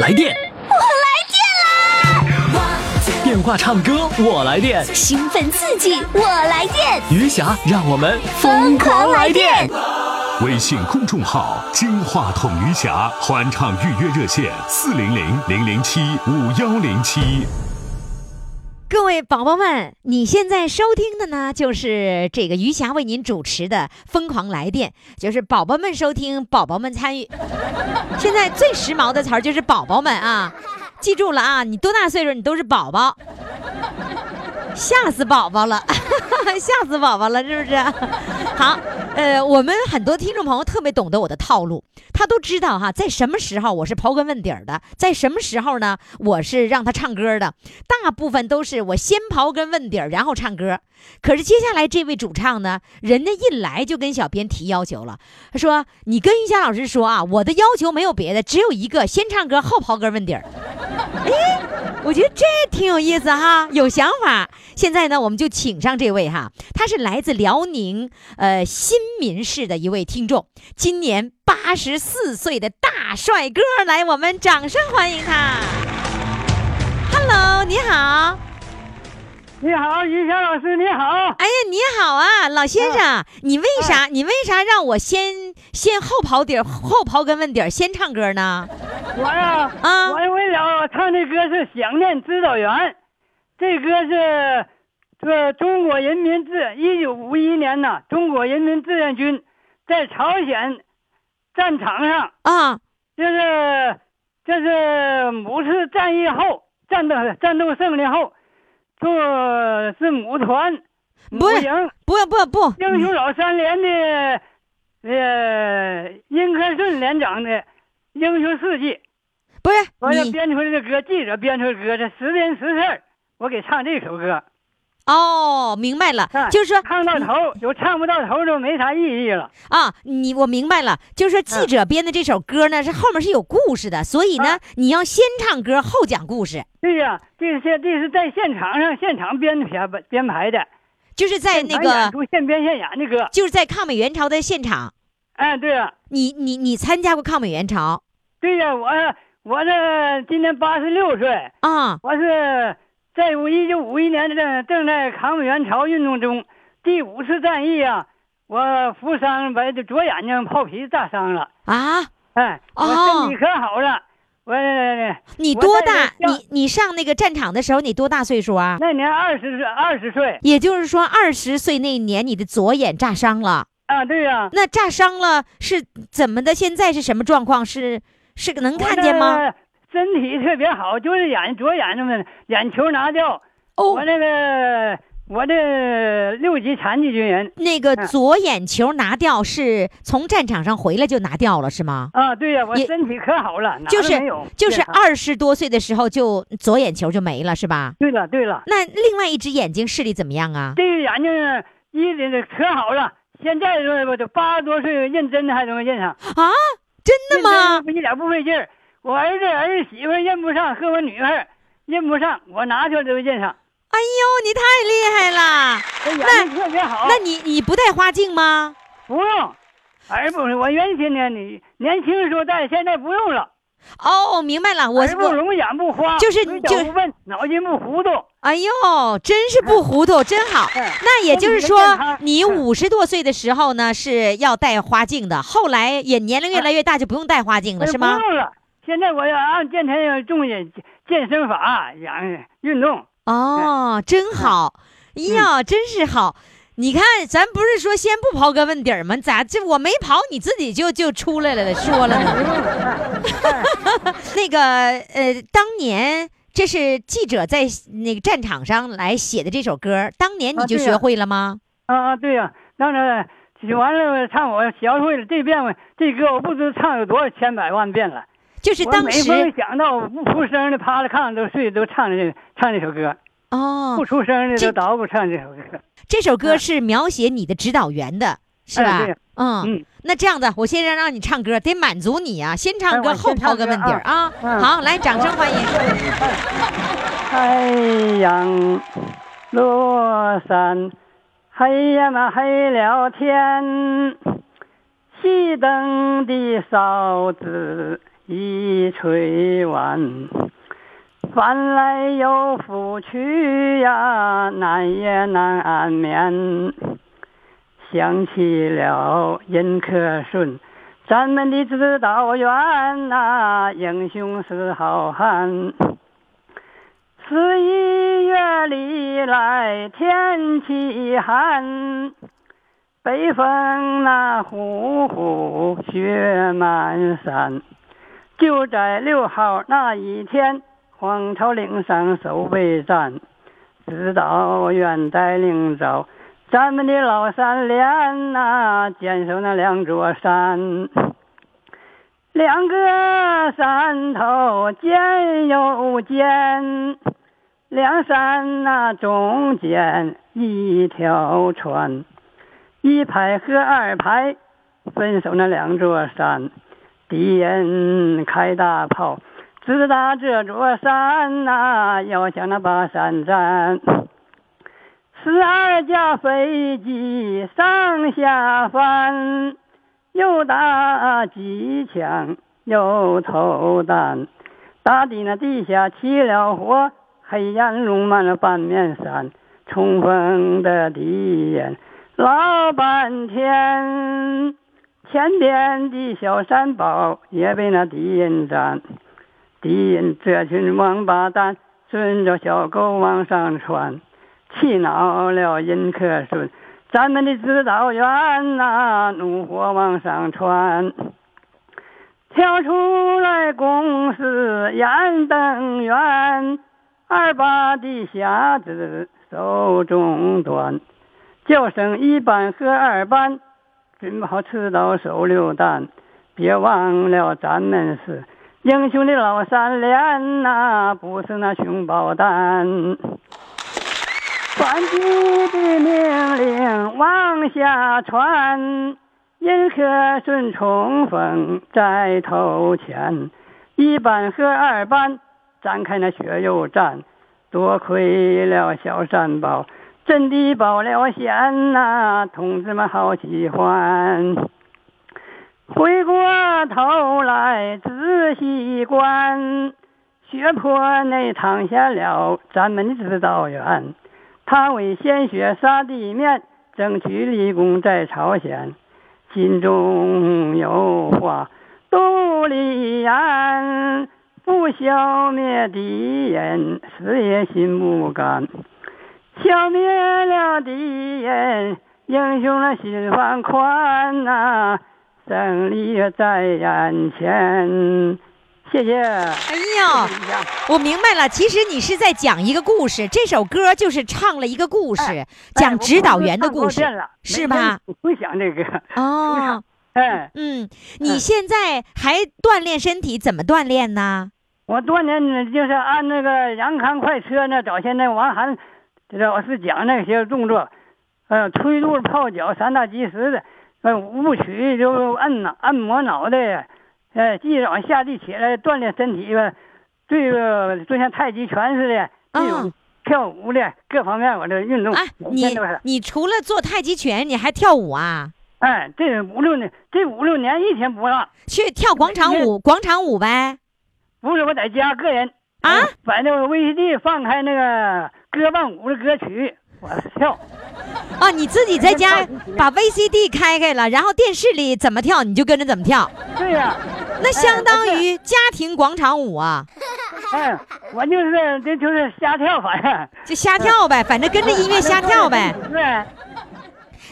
[SPEAKER 3] 来电，我来电啦！电话唱歌，我来电。
[SPEAKER 7] 兴奋刺激，我来电，
[SPEAKER 3] 余霞，让我们
[SPEAKER 7] 疯狂来电！
[SPEAKER 8] 微信公众号“金话筒余霞”欢唱预约热线：四零零零零七五幺零七。
[SPEAKER 2] 各位宝宝们，你现在收听的呢，就是这个余霞为您主持的《疯狂来电》，就是宝宝们收听，宝宝们参与。现在最时髦的词儿就是“宝宝们”啊。记住了啊，你多大岁数你都是宝宝，吓死宝宝了， 吓死宝宝了，是不是？ 好，呃，我们很多听众朋友特别懂得我的套路，他都知道哈，在什么时候我是刨根问底儿的，在什么时候呢，我是让他唱歌的，大部分都是我先刨根问底儿，然后唱歌。可是接下来这位主唱呢，人家一来就跟小编提要求了，他说：“你跟于霞老师说啊，我的要求没有别的，只有一个，先唱歌后刨根问底儿。” 哎，我觉得这挺有意思哈，有想法。现在呢，我们就请上这位哈，他是来自辽宁呃新民市的一位听众，今年八十四岁的大帅哥，来，我们掌声欢迎他。Hello，你好。
[SPEAKER 9] 你好，于霞老师，你好。
[SPEAKER 2] 哎呀，你好啊，老先生，你为
[SPEAKER 9] 啊
[SPEAKER 2] 啥、你为啥让我先先后刨底儿后刨根问底儿先唱歌呢？
[SPEAKER 9] 我呀，
[SPEAKER 2] 啊
[SPEAKER 9] 我为了唱这歌是《想念指导员》，这歌是这中国人民志一九五一年呐，中国人民志愿军在朝鲜战场上，
[SPEAKER 2] 啊，
[SPEAKER 9] 这是这是母式战役后战斗战斗胜利后，就是母团母
[SPEAKER 2] 不是
[SPEAKER 9] 营
[SPEAKER 2] 不不不，
[SPEAKER 9] 英雄老三连的，呃，殷克顺连长的《英雄事迹》，
[SPEAKER 2] 不
[SPEAKER 9] 完
[SPEAKER 2] 是
[SPEAKER 9] 了
[SPEAKER 2] 你
[SPEAKER 9] 编出来的歌，记者编出来的歌，这十年十事儿我给唱这首歌，
[SPEAKER 2] 哦，明白了
[SPEAKER 9] 唱，
[SPEAKER 2] 就是说嗯
[SPEAKER 9] 唱到头，有唱不到头就没啥意义了。嗯
[SPEAKER 2] 啊，你我明白了，就是说记者编的这首歌呢是后面是有故事的，所以呢、
[SPEAKER 9] 啊
[SPEAKER 2] 你要先唱歌后讲故事，
[SPEAKER 9] 对呀、这些这是在现场上现场编排编排的，
[SPEAKER 2] 就是在那
[SPEAKER 9] 现场演
[SPEAKER 2] 个
[SPEAKER 9] 出现编现演的歌。
[SPEAKER 2] 就是在抗美援朝的现场，
[SPEAKER 9] 哎，对呀、
[SPEAKER 2] 你你你参加过抗美援朝
[SPEAKER 9] 对呀、我我这今年八十六岁，
[SPEAKER 2] 啊？
[SPEAKER 9] 我是在我一九五一年正正在抗美援朝运动中第五次战役啊，我负伤把这左眼睛泡皮炸伤了，
[SPEAKER 2] 啊，
[SPEAKER 9] 哎，我身体可好了，我
[SPEAKER 2] 你
[SPEAKER 9] 我
[SPEAKER 2] 多
[SPEAKER 9] 在
[SPEAKER 2] 大？
[SPEAKER 9] 这
[SPEAKER 2] 你你上那个战场的时候，你多大岁数啊？
[SPEAKER 9] 那年二十二十岁
[SPEAKER 2] 也就是说，二十岁那年你的左眼炸伤了。
[SPEAKER 9] 啊，对呀、
[SPEAKER 2] 那炸伤了是怎么的？现在是什么状况？是是能看见吗？？
[SPEAKER 9] 身体特别好，就是眼左眼睛的眼球拿掉，
[SPEAKER 2] 哦
[SPEAKER 9] 我，那个我这六级残疾军人
[SPEAKER 2] 那个
[SPEAKER 9] 嗯
[SPEAKER 2] 左眼球拿掉是从战场上回来就拿掉了是吗？
[SPEAKER 9] 啊，对呀、我
[SPEAKER 2] 也
[SPEAKER 9] 身体可好了，哪儿
[SPEAKER 2] 就
[SPEAKER 9] 都
[SPEAKER 2] 是
[SPEAKER 9] 没有啊
[SPEAKER 2] 就是
[SPEAKER 9] 健康
[SPEAKER 2] 二十多岁的时候就左眼球就没了是吧？
[SPEAKER 9] 对了对了。
[SPEAKER 2] 那另外一只眼睛视力怎么样啊？
[SPEAKER 9] 这个眼睛一的可好了，现在说我都八十多岁，认真的还能认上，
[SPEAKER 2] 啊，真的吗？
[SPEAKER 9] 认真一点不费劲儿。我儿子儿媳妇认不上，和我女儿认不上，我拿去都认上。
[SPEAKER 2] 哎呦，你太厉害了！
[SPEAKER 9] 这眼睛特别好，
[SPEAKER 2] 那你你不戴花镜吗？
[SPEAKER 9] 不用。儿不，我原先呢，你年轻时候戴，现在不用了。
[SPEAKER 2] 哦，明白了，我
[SPEAKER 9] 耳不
[SPEAKER 2] 我
[SPEAKER 9] 聋，眼不花，
[SPEAKER 2] 就是
[SPEAKER 9] 嘴
[SPEAKER 2] 就
[SPEAKER 9] 角不笨，脑筋不糊涂。
[SPEAKER 2] 哎呦，真是不糊涂，真好。
[SPEAKER 9] 哎
[SPEAKER 2] 那也就是
[SPEAKER 9] 身体健
[SPEAKER 2] 说
[SPEAKER 9] 康，嗯
[SPEAKER 2] 你五十多岁的时候呢是要戴花镜的，后来也年龄越来越大就不用戴花镜了，
[SPEAKER 9] 啊哎
[SPEAKER 2] 是吗
[SPEAKER 9] 不？用了。现在我要按健身重健健身法养运动。嗯
[SPEAKER 2] 哦，真好，哎呀，真是好。你看，咱不是说先不刨根问底儿吗？咋这我没刨，你自己就就出来了，说了呢？ 那个呃，当年这是记者在那个战场上来写的这首歌，当年你
[SPEAKER 9] 啊
[SPEAKER 2] 就
[SPEAKER 9] 对
[SPEAKER 2] 学
[SPEAKER 9] 呀
[SPEAKER 2] 会了吗？
[SPEAKER 9] 啊啊，对呀、当然了，完了唱我学会了这遍我这歌，我不知唱有多少千百万遍了。
[SPEAKER 2] 就是
[SPEAKER 9] 我
[SPEAKER 2] 当
[SPEAKER 9] 每
[SPEAKER 2] 时
[SPEAKER 9] 逢想到我不出声的趴着炕上都睡都唱这个唱这首歌，
[SPEAKER 2] 哦
[SPEAKER 9] 不，出声的
[SPEAKER 2] 这
[SPEAKER 9] 都捣鼓唱这首歌。嗯
[SPEAKER 2] 这首歌是描写你的指导员的，是
[SPEAKER 9] 哎
[SPEAKER 2] 吧
[SPEAKER 9] 对？
[SPEAKER 2] 嗯
[SPEAKER 9] 嗯，
[SPEAKER 2] 那这样的，我现在让你唱歌，得满足你啊，先唱歌
[SPEAKER 9] 哎我
[SPEAKER 2] 后
[SPEAKER 9] 先
[SPEAKER 2] 刨
[SPEAKER 9] 唱
[SPEAKER 2] 根
[SPEAKER 9] 歌
[SPEAKER 2] 问底儿啊。
[SPEAKER 9] 嗯
[SPEAKER 2] 好，来，掌声欢迎。
[SPEAKER 9] 太阳落山，黑呀嘛黑了天，熄灯的哨子一吹完，翻来又覆去呀，难也难安眠。想起了任克顺，咱们的指导员呐、英雄是好汉。十一月里来天气寒，北风那呼呼雪满山。就在六号那一天，
[SPEAKER 10] 黄头岭上守备战，指导员带领走。咱们的老三连呐、坚守那两座山，两个山头肩又肩，两山那、中间一条船，一排和二排分守那两座山，敌人开大炮，直达这座山呐、要想那把山占。十二架飞机上下翻，又打机枪又投弹，打的那地下起了火，黑烟笼漫了半面山，冲锋的敌人老半天，前边的小山包也被那敌人占，敌人这群王八蛋顺着小沟往上窜。气恼了尹克顺，咱们的指导员呐、怒火往上窜，跳出来公司严登元，二八的匣子手中端，就剩一班和二班，准好吃到手榴弹。别忘了咱们是英雄的老三连呐、不是那熊抱蛋。反击的命令往下传，尹克顺冲锋在头前，一班和二班展开那血肉战，多亏了小山包，真的保了险呐、同志们好喜欢。回过头来仔细观，血泊内躺下了咱们的指导员。他为鲜血杀地面，争取立功在朝鲜。心中有话，肚里言，不消灭敌人，死也心不甘。消灭了敌人，英雄的心放宽呐、胜利在眼前。谢谢。
[SPEAKER 2] 哎呦，我明白了，其实你是在讲一个故事，这首歌就是唱了一个故事，讲指导员的故事，
[SPEAKER 10] 哎哎我不是上过电了
[SPEAKER 2] 是吧？？
[SPEAKER 10] 没没不想这个，
[SPEAKER 2] 哦，
[SPEAKER 10] 哎，
[SPEAKER 2] 嗯，你现在还锻炼身体，怎么锻炼呢？
[SPEAKER 10] 我多年呢就是按那个杨康快车呢，找现在王涵老师讲那些动作，呃，推肚子、泡脚、三大及时的，呃，舞曲就按脑按摩脑袋，呃，既往下地起来锻炼身体吧，这个就像太极拳似的，这种跳舞的、各方面我这运动，
[SPEAKER 2] 啊，
[SPEAKER 10] 每天
[SPEAKER 2] 你
[SPEAKER 10] 都是。
[SPEAKER 2] 你除了做太极拳，你还跳舞啊？
[SPEAKER 10] 哎，这五六年，这五六年一天不落。
[SPEAKER 2] 去跳广场舞，广场舞呗。
[SPEAKER 10] 不是我在家个人
[SPEAKER 2] 啊
[SPEAKER 10] 呃把那个 VCD 放开那个歌伴舞的歌曲，我跳。
[SPEAKER 2] 啊，你自己在家把 VCD 开开了，然后电视里怎么跳你就跟着怎么跳，
[SPEAKER 10] 对呀、哎
[SPEAKER 2] 那相当于家庭广场舞啊，
[SPEAKER 10] 嗯，我就是这就是瞎跳，反正
[SPEAKER 2] 就瞎跳呗，反正跟着音乐瞎跳呗。
[SPEAKER 10] 对，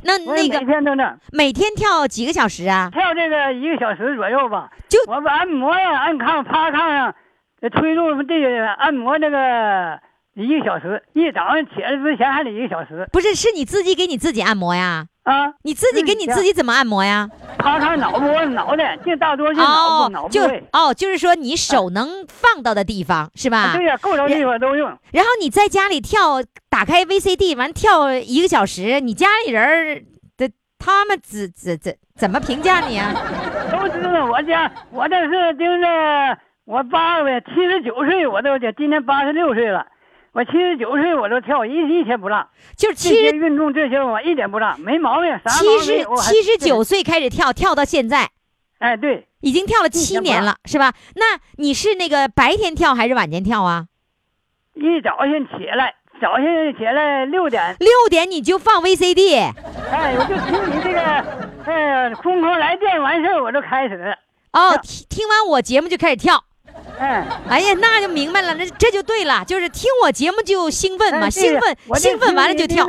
[SPEAKER 2] 那
[SPEAKER 10] 我也
[SPEAKER 2] 那
[SPEAKER 10] 每
[SPEAKER 2] 个
[SPEAKER 10] 天都那
[SPEAKER 2] 每天跳几个小时啊？
[SPEAKER 10] 跳这个一个小时左右吧。
[SPEAKER 2] 就
[SPEAKER 10] 我把按摩呀、按炕、趴炕上，呃推动这个按摩这个一个小时，一早上起来之前还得一个小时
[SPEAKER 2] 不是，是你自己给你自己按摩呀？
[SPEAKER 10] 啊。
[SPEAKER 2] 你自己给你自己怎么按摩呀？
[SPEAKER 10] 趴炕脑部脑袋，这大多是脑部、脑
[SPEAKER 2] 哦，
[SPEAKER 10] 部
[SPEAKER 2] 就
[SPEAKER 10] 位。
[SPEAKER 2] 哦，就是说你手能放到的地方是吧？
[SPEAKER 10] 啊对呀、够着地方都用。
[SPEAKER 2] 然后你在家里跳，打开 VCD 完跳一个小时，你家里人儿的他们怎怎怎怎么评价 你啊？
[SPEAKER 10] 都知道我家，我这是就是我八呗，七十九岁我都今年八十六岁了，我七十九岁我都跳一一天不落，
[SPEAKER 2] 就是
[SPEAKER 10] 这
[SPEAKER 2] 七
[SPEAKER 10] 些
[SPEAKER 2] 十
[SPEAKER 10] 运动这些我一点不落，没毛病，啥
[SPEAKER 2] 七
[SPEAKER 10] 毛病没
[SPEAKER 2] 十
[SPEAKER 10] 有。我还
[SPEAKER 2] 七十九，岁开始跳，跳到现在
[SPEAKER 10] 哎对，
[SPEAKER 2] 已经跳了七年了，是吧？那你是那个白天跳还是晚间跳啊？
[SPEAKER 10] 一早上起来，早上起来六点，
[SPEAKER 2] 六点你就放 VCD
[SPEAKER 10] 哎，我就听你这个，哎，空空来电完事儿我就开始，
[SPEAKER 2] 哦
[SPEAKER 10] 是，
[SPEAKER 2] 听听完我节目就开始跳。
[SPEAKER 10] 哎，
[SPEAKER 2] 哎呀，那就明白了，那这就对了，就是听我节目就兴奋嘛，
[SPEAKER 10] 哎
[SPEAKER 2] 兴奋，兴奋完了就跳。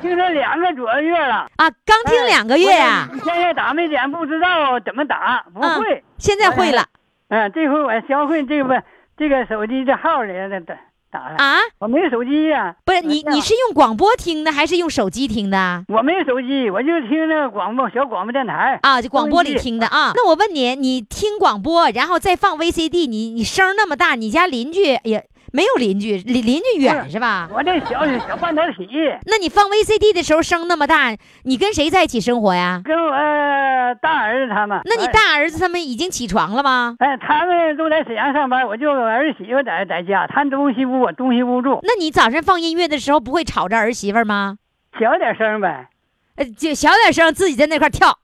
[SPEAKER 10] 听说两个左月了。
[SPEAKER 2] 啊！刚听两个月
[SPEAKER 4] 哎
[SPEAKER 2] 呀、
[SPEAKER 10] 我现在打没点不知道怎么打，不
[SPEAKER 2] 嗯
[SPEAKER 10] 会。
[SPEAKER 2] 现在会了。
[SPEAKER 4] 哎
[SPEAKER 10] 嗯，这回我学会这个，
[SPEAKER 4] 这个手机的号来的打打了。
[SPEAKER 2] 啊？
[SPEAKER 4] 我没有手机呀、
[SPEAKER 2] 不是你，你是用广播听的还是用手机听的啊？
[SPEAKER 4] 我没有手机，我就听那个广播小广播电台。
[SPEAKER 2] 啊，就广播里听的啊。那我问你，你听广播，然后再放 VCD，你你声儿那么大，你家邻居也没有邻居，邻邻居远是吧？
[SPEAKER 4] 我这小小半导体，
[SPEAKER 2] 那你放 VCD 的时候声那么大，你跟谁在一起生活呀？
[SPEAKER 4] 跟我、呃大儿子他们。
[SPEAKER 2] 那你大儿子他们已经起床了吗？
[SPEAKER 4] 哎？哎，他们都在沈阳上班，我就我儿媳妇在在家，他东西屋，我东西屋住，
[SPEAKER 2] 那你早上放音乐的时候不会吵着儿媳妇儿吗？
[SPEAKER 4] 小点声呗。
[SPEAKER 2] 呃，就小点声，自己在那块儿跳。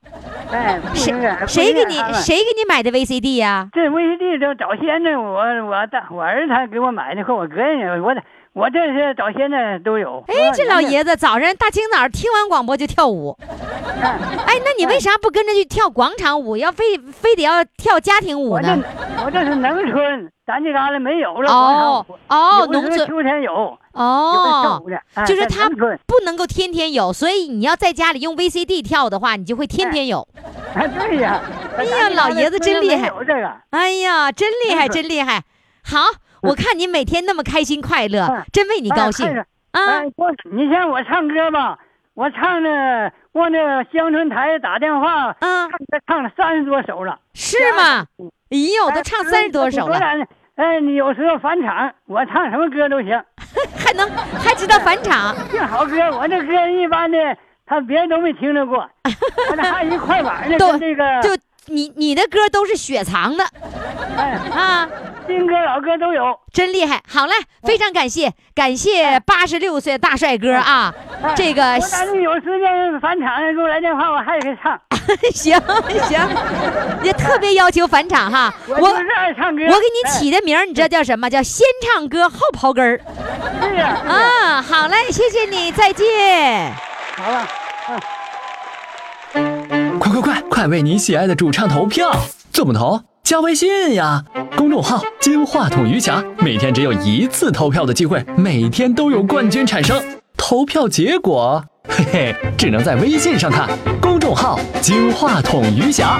[SPEAKER 4] 哎，不
[SPEAKER 2] 谁
[SPEAKER 4] 行点儿
[SPEAKER 2] 谁
[SPEAKER 4] 不
[SPEAKER 2] 给
[SPEAKER 4] 行
[SPEAKER 2] 你
[SPEAKER 4] 点儿他们
[SPEAKER 2] 谁给你买的 VCD 呀、
[SPEAKER 4] 这 VCD 这早先呢，我我大我儿子他给我买的，和我哥也我我这些早先呢都有。
[SPEAKER 2] 哎，这老
[SPEAKER 4] 子，
[SPEAKER 2] 爷子早上大清早听完广播就跳舞。 哎，那你为啥不跟着去跳广场舞，要非非得要跳家庭舞
[SPEAKER 4] 我这
[SPEAKER 2] 呢？
[SPEAKER 4] 我这是农村，咱这旮旯没有了。
[SPEAKER 2] 哦哦，
[SPEAKER 4] 有的时候
[SPEAKER 2] 农村
[SPEAKER 4] 秋天有，有的跳
[SPEAKER 2] 哦
[SPEAKER 4] 舞的，哎
[SPEAKER 2] 就是
[SPEAKER 4] 在
[SPEAKER 2] 他
[SPEAKER 4] 农村
[SPEAKER 2] 不能够天天有，所以你要在家里用 VCD 跳的话，你就会天天有。
[SPEAKER 4] 哎，对 呀。哎
[SPEAKER 2] 呀老爷子真厉害
[SPEAKER 4] 有这个，
[SPEAKER 2] 哎呀，真厉害，真厉害！好，我看你每天那么开心快乐
[SPEAKER 4] 嗯，
[SPEAKER 2] 真为你
[SPEAKER 4] 哎
[SPEAKER 2] 高
[SPEAKER 4] 看
[SPEAKER 2] 兴
[SPEAKER 4] 着
[SPEAKER 2] 啊！
[SPEAKER 4] 哎，我你像我唱歌吧，我唱的我那乡村台打电话，唱
[SPEAKER 2] 嗯
[SPEAKER 4] 歌唱了三十多首了。
[SPEAKER 2] 是吗？哎呦，我都唱三十多首了。
[SPEAKER 4] 哎。哎，你有时候返场，我唱什么歌都行。
[SPEAKER 2] 还能还知道返场，
[SPEAKER 4] 这好歌，我这歌一般的，他别人都没听着 过。我这还有一快板呢，
[SPEAKER 2] 都
[SPEAKER 4] 跟这个
[SPEAKER 2] 就你你的歌都是雪藏的
[SPEAKER 4] 哎，
[SPEAKER 2] 啊，
[SPEAKER 4] 新歌老歌都有。
[SPEAKER 2] 真厉害！好嘞，非常感谢感谢八十六岁大帅哥啊，
[SPEAKER 4] 哎
[SPEAKER 2] 这个
[SPEAKER 4] 我打算有时间返场给我来电话，我还给唱。
[SPEAKER 2] 行行，也特别要求返场哈。我
[SPEAKER 4] 我就是哎爱唱歌。
[SPEAKER 2] 我给你起的名儿，你知道叫什么？叫先唱歌后刨根儿
[SPEAKER 4] 哎是呀，
[SPEAKER 2] 啊！好嘞，谢谢你，再见。
[SPEAKER 4] 好吧。嗯
[SPEAKER 3] 快快快，快为你喜爱的主唱投票！怎么投？加微信呀，公众号“金话筒余霞”，每天只有一次投票的机会，每天都有冠军产生。投票结果，嘿嘿，只能在微信上看。公众号“金话筒余霞”。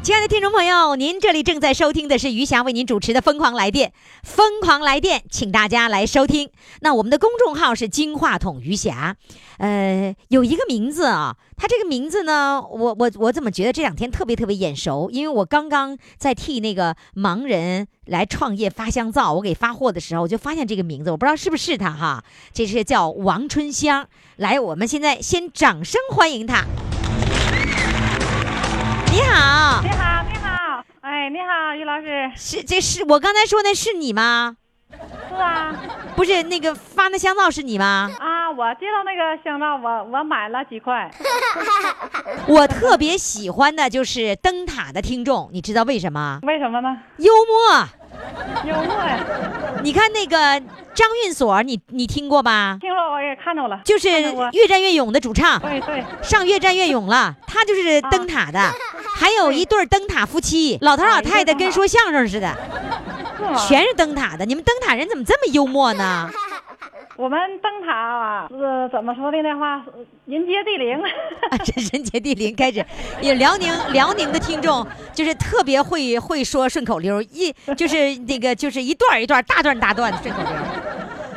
[SPEAKER 2] 亲爱的听众朋友，您这里正在收听的是余霞为您主持的《疯狂来电》，疯狂来电，请大家来收听。那我们的公众号是金话筒余霞，呃，有一个名字啊，它这个名字呢，我我我怎么觉得这两天特别特别眼熟？因为我刚刚在替那个盲人来创业发香皂，我给发货的时候，我就发现这个名字，我不知道是不是他哈，这是叫王春香。来，我们现在先掌声欢迎他。你好。
[SPEAKER 11] 你好，你好，哎，你好，于老师，
[SPEAKER 2] 是，这是我刚才说那是你吗？
[SPEAKER 11] 是啊，
[SPEAKER 2] 不是那个发那香皂是你吗？
[SPEAKER 11] 啊，我知道那个香皂，我我买了几块，
[SPEAKER 2] 我特别喜欢的就是灯塔的听众，你知道为什么？
[SPEAKER 11] 为什么呢？
[SPEAKER 2] 幽默。
[SPEAKER 11] 幽默呀，
[SPEAKER 2] 你看那个张运所，你你听过吧？
[SPEAKER 11] 听说我也看着了，
[SPEAKER 2] 就是
[SPEAKER 11] 看着我
[SPEAKER 2] 越战越勇的主唱，
[SPEAKER 11] 对啊对，
[SPEAKER 2] 上越战越勇了，他就是灯塔的。还有一对儿灯塔夫妻，老头老太太跟说相声似的，
[SPEAKER 11] 是吗？
[SPEAKER 2] 全是灯塔的。你们灯塔人怎么这么幽默 呢？
[SPEAKER 11] 我们灯塔啊，呃，怎么说的那话，呃人杰地灵，
[SPEAKER 2] 啊，人人杰地灵开始，也辽宁辽宁的听众就是特别会会说顺口溜儿，一就是那个就是一段儿一段儿大段儿大段儿的顺口溜儿。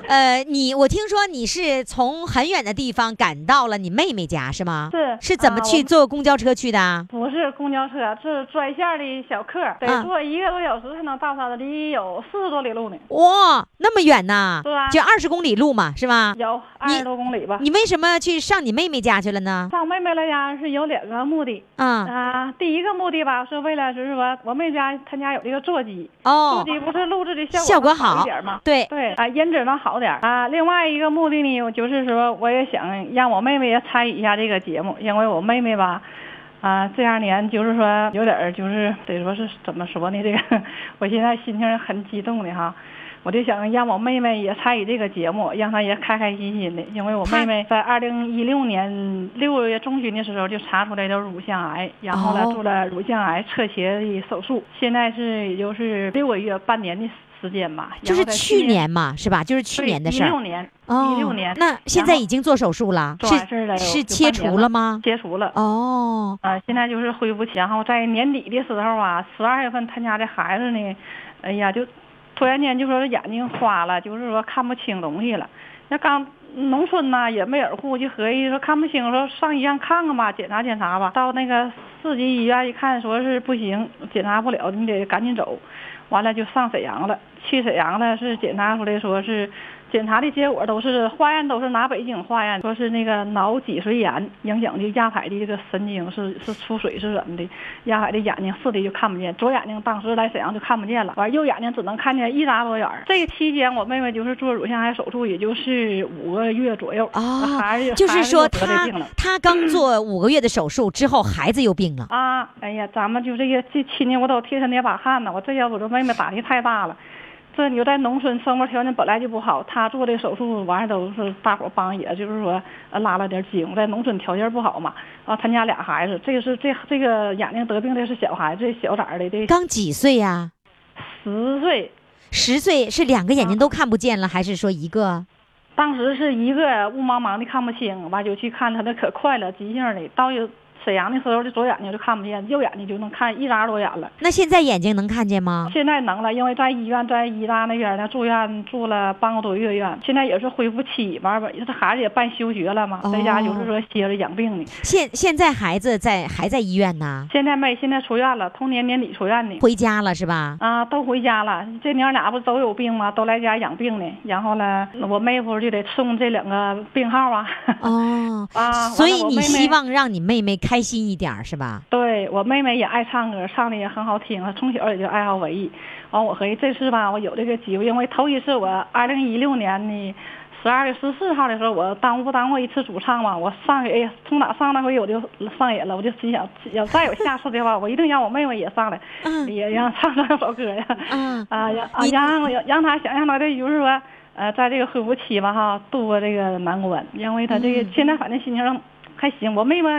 [SPEAKER 2] 呃，你我听说你是从很远的地方赶到了你妹妹家是吗？
[SPEAKER 11] 是
[SPEAKER 2] 是怎么
[SPEAKER 11] 啊
[SPEAKER 2] 去
[SPEAKER 11] 我
[SPEAKER 2] 坐公交车去的啊？
[SPEAKER 11] 不是公交车，是专线的小客，
[SPEAKER 2] 啊
[SPEAKER 11] 得坐一个多小时才能到他的，离有四十多里路呢，
[SPEAKER 2] 哇，那么远呐
[SPEAKER 11] 对啊，
[SPEAKER 2] 就二十公里路嘛，是吧？
[SPEAKER 11] 有二十多公里吧。
[SPEAKER 2] 你为什么去上你妹妹家去了呢？
[SPEAKER 11] 上妹妹来家是有两个目的
[SPEAKER 2] 啊、
[SPEAKER 11] 啊，第一个目的吧，是为了就是说我妹家她家有这个座机，
[SPEAKER 2] 哦
[SPEAKER 11] 录，的不是录制的效果
[SPEAKER 2] 效果
[SPEAKER 11] 能好
[SPEAKER 2] 好
[SPEAKER 11] 一点吗？
[SPEAKER 2] 对，
[SPEAKER 11] 对啊，音质能好点儿啊。另外一个目的呢，我就是说，我也想让我妹妹也参与一下这个节目，因为我妹妹吧，啊，这两年就是说有点儿就是得说是怎么说呢？这个我现在心情很激动的哈，我就想让我妹妹也参与这个节目，让她也开开心心的，因为我
[SPEAKER 2] 她
[SPEAKER 11] 妹妹在二零一六年六月中旬的时候就查出来的乳啊腺癌，然后呢
[SPEAKER 2] 哦
[SPEAKER 11] 做了乳腺癌侧切的手术，现在是也就是六个月半年的时间吧，
[SPEAKER 2] 就
[SPEAKER 11] 然后
[SPEAKER 2] 是
[SPEAKER 11] 在
[SPEAKER 2] 去
[SPEAKER 11] 今
[SPEAKER 2] 年嘛，是吧？就是去年的事
[SPEAKER 11] 一
[SPEAKER 2] 儿。
[SPEAKER 11] 六年，
[SPEAKER 2] 哦，
[SPEAKER 11] 一六年，
[SPEAKER 2] 那现
[SPEAKER 11] 然
[SPEAKER 2] 在
[SPEAKER 11] 后
[SPEAKER 2] 已经做手术了，
[SPEAKER 11] 做完事儿了
[SPEAKER 2] 是是
[SPEAKER 11] 有
[SPEAKER 2] 切
[SPEAKER 11] 半年
[SPEAKER 2] 除
[SPEAKER 11] 了
[SPEAKER 2] 了吗？
[SPEAKER 11] 切除了。
[SPEAKER 2] 哦，
[SPEAKER 11] 啊、现在就是恢复期，然后在年底的时候啊，十二月份他家这孩子呢，哎呀，就突然间就说眼睛花了，就是说看不清东西了。那刚农村呐也没人护，就合计说看不清，说上医院看看吧，检查检查吧。到那个市级医院一看，说是不行，检查不了，你得赶紧走。完了就上沈阳了，去沈阳了是检查出来说是，检查的结果都是化验都是拿北京化验，说是那个脑脊髓炎影响的亚凯的这个神经是是出水是怎么的，亚凯的眼睛视力就看不见，左眼睛当时来沈阳就看不见了，完右眼睛只能看见一拃多远儿。这个期间我妹妹就是做乳腺癌手术，也就是五个月左右，
[SPEAKER 2] 哦
[SPEAKER 11] 孩子
[SPEAKER 2] 就是说
[SPEAKER 11] 孩子得
[SPEAKER 2] 他
[SPEAKER 11] 这病了。
[SPEAKER 2] 他 刚做五个月的手术之后，孩子又病了。
[SPEAKER 11] 啊，哎呀，咱们就这些这亲戚，我都替他捏把汗呢。我这要我这妹妹打击太大了，这你就在农村生活条件本来就不好，她做的手术完事都是大伙儿帮，也就是说呃拉了点筋。在农村条件不好嘛，啊，他家俩孩子，这个是这这个眼睛得病的是小孩子，这小崽儿的这
[SPEAKER 2] 刚几岁呀、
[SPEAKER 11] 十岁，嗯
[SPEAKER 2] 十岁是两个眼睛都看不见了，还是说一个？
[SPEAKER 11] 当时是一个雾茫茫的看不清，完就去看他那可快了，急性的。到沈阳的时候，这左眼睛就看不见，右眼睛就能看一拃多远了。
[SPEAKER 2] 那现在眼睛能看见吗？
[SPEAKER 11] 现在能了，因为在医院，在医大那边呢住院住了半个多月院，现在也是恢复期，完吧，这孩子也办休学了嘛，
[SPEAKER 2] 哦
[SPEAKER 11] 在家就是说歇着养病呢。
[SPEAKER 2] 现现在孩子在还在医院呢，
[SPEAKER 11] 现在没，现在出院了，同年年底出院的。
[SPEAKER 2] 回家了是吧？
[SPEAKER 11] 啊，都回家了。这娘俩不都有病吗？都来家养病呢。然后呢，我妹夫就得送这两个病号啊。
[SPEAKER 2] 哦，
[SPEAKER 11] 啊，完了
[SPEAKER 2] 所以
[SPEAKER 11] 我
[SPEAKER 2] 你
[SPEAKER 11] 妹妹
[SPEAKER 2] 希望让你妹妹开心一点儿是吧？
[SPEAKER 11] 对我妹妹也爱唱歌，唱的也很好听，她从小也就爱好文艺。完，我合计这次吧，我有这个机会，因为头一次我二零一六年的十二月十四号的时候，我当不当过一次主唱嘛？我上回哎呀，从哪上那回我就上瘾了，我就心想，要再有下次的话，我一定让我妹妹也上来，
[SPEAKER 2] 嗯
[SPEAKER 11] 也让唱两首歌呀。
[SPEAKER 2] 嗯
[SPEAKER 11] 啊，让啊
[SPEAKER 2] 你
[SPEAKER 11] 让让让他想让他这就是说，呃，在这个恢复期吧哈，度过这个难关，因为他这
[SPEAKER 2] 嗯
[SPEAKER 11] 个、现在反正心情还行，我妹妹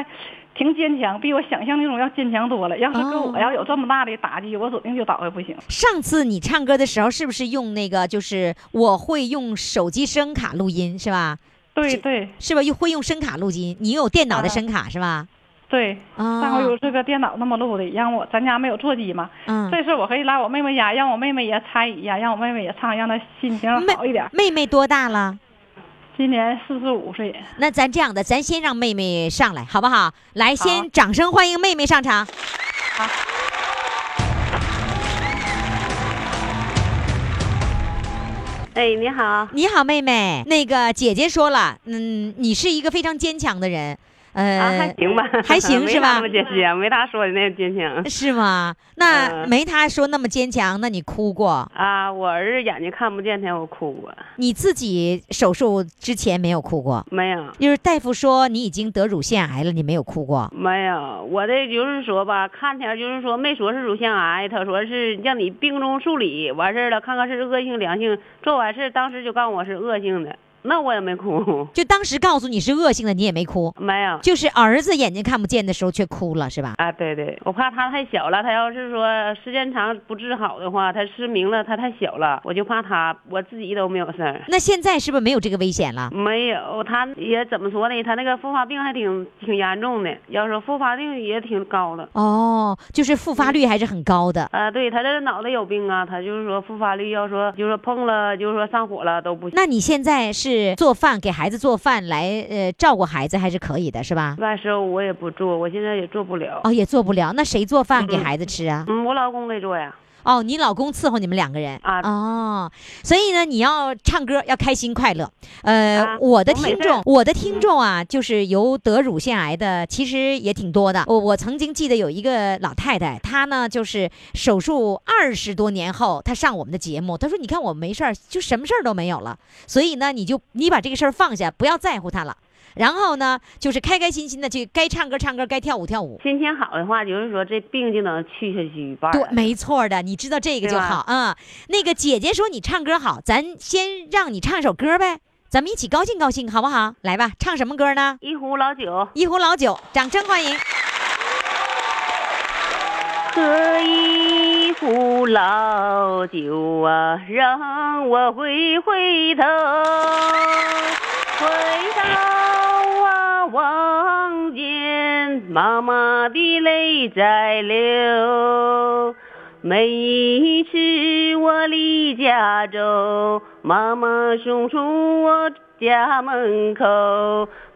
[SPEAKER 11] 挺坚强，比我想象那种要坚强多了。要是跟
[SPEAKER 2] 哦
[SPEAKER 11] 我要有这么大的打击，我指定就倒下不行。
[SPEAKER 2] 上次你唱歌的时候是不是用那个就是我会用手机声卡录音是吧？
[SPEAKER 11] 对
[SPEAKER 2] 这
[SPEAKER 11] 对啊
[SPEAKER 2] 是吧？又会用声卡录音，你有电脑的声卡、是吧？
[SPEAKER 11] 对，上
[SPEAKER 2] 啊
[SPEAKER 11] 回，有这个电脑那么录的，让我咱家没有座机嘛，
[SPEAKER 2] 嗯，
[SPEAKER 11] 这次我可以来我妹妹家，让我妹妹也参与呀，让我妹妹也唱，让她心情
[SPEAKER 2] 妹
[SPEAKER 11] 好一点。
[SPEAKER 2] 妹妹多大了？
[SPEAKER 11] 今年四十五岁，
[SPEAKER 2] 那咱这样的，咱先让妹妹上来，好不好？来，先掌声欢迎妹妹上场。
[SPEAKER 12] 哎，你好，
[SPEAKER 2] 你好，妹妹。那个姐姐说了，嗯，你是一个非常坚强的人，呃，
[SPEAKER 12] 啊，还行吧，
[SPEAKER 2] 还行是吧
[SPEAKER 12] 没啥那么坚强，没他说的那么坚强。
[SPEAKER 2] 是吗？那
[SPEAKER 12] 嗯
[SPEAKER 2] 没她说那么坚强，那你哭过？
[SPEAKER 12] 啊，我儿子眼睛看不见前我哭过，
[SPEAKER 2] 你自己手术之前没有哭过？
[SPEAKER 12] 没有，
[SPEAKER 2] 就是大夫说你已经得乳腺癌了，你没有哭 过。
[SPEAKER 12] 没有，我的就是说吧，看条就是说没说是乳腺癌，他说是让你病中处理，完事儿了看看是恶性良性，做完事儿当时就告诉我是恶性的，那我也没哭，
[SPEAKER 2] 就当时告诉你是恶性的，你也没哭，
[SPEAKER 12] 没有。
[SPEAKER 2] 就是儿子眼睛看不见的时候却哭了，是吧？
[SPEAKER 12] 啊，对对，我怕他太小了，他要是说时间长不治好的话，他失明了，他太小了，我就怕他，我自己都没有事儿。
[SPEAKER 2] 那现在是不是没有这个危险了？
[SPEAKER 12] 没有，他也怎么说呢？他那个复发病还挺挺严重的，要说复发率也挺高的。
[SPEAKER 2] 哦，就是复发率还是很高的。
[SPEAKER 12] 啊，对他这脑袋有病啊，他就是说复发率，要说就是说碰了，就是说上火了都不行。
[SPEAKER 2] 那你现在是做饭给孩子做饭来呃照顾孩子还是可以的，是吧？
[SPEAKER 12] 外收我也不做，我现在也做不了。
[SPEAKER 2] 嗯哦，也做不了，那谁做饭给孩子吃啊？
[SPEAKER 12] 嗯，我老公给做呀。
[SPEAKER 2] 哦，你老公伺候你们两个人
[SPEAKER 12] 啊
[SPEAKER 2] 哦，所以呢，你要唱歌要开心快乐。呃，
[SPEAKER 12] 啊
[SPEAKER 2] 我的
[SPEAKER 12] 我没
[SPEAKER 2] 听
[SPEAKER 12] 事
[SPEAKER 2] 众，我的听众啊，就是有得乳腺癌的，其实也挺多的。我我曾经记得有一个老太太，她呢就是手术二十多年后，她上我们的节目，她说：“你看我没事儿，就什么事儿都没有了。”所以呢，你就你把这个事儿放下，不要在乎它了。然后呢，就是开开心心的去，该唱歌唱歌，该跳舞跳舞。
[SPEAKER 12] 心情好的话，就是说这病就能去下去一半儿
[SPEAKER 2] 对
[SPEAKER 12] 了。，
[SPEAKER 2] 没错儿的，你知道这个
[SPEAKER 12] 对
[SPEAKER 2] 就
[SPEAKER 12] 吧
[SPEAKER 2] 好啊、那个姐姐说你唱歌好，咱先让你唱首歌呗，咱们一起高兴高兴，好不好？来吧，唱什么歌呢？
[SPEAKER 12] 一壶老酒。
[SPEAKER 2] 一壶老酒，掌声欢迎。
[SPEAKER 12] 喝一壶老酒啊，让我回回头，回到啊望见妈妈的泪在流。每一次我离家走，妈妈送出我家门口。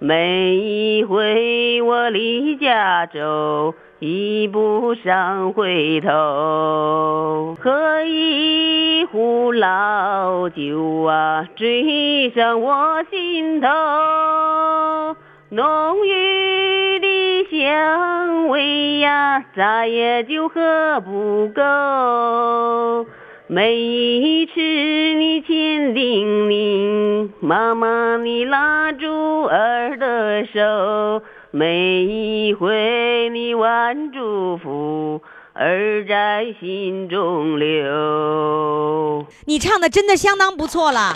[SPEAKER 12] 每一回我离家走，一步上回头。喝一壶老酒啊，醉上我心头。浓郁的香味呀，咋也就喝不够。每一次你千叮咛，妈妈你拉住儿的手，每一回你万祝福，儿在心中留。
[SPEAKER 2] 你唱的真的相当不错了。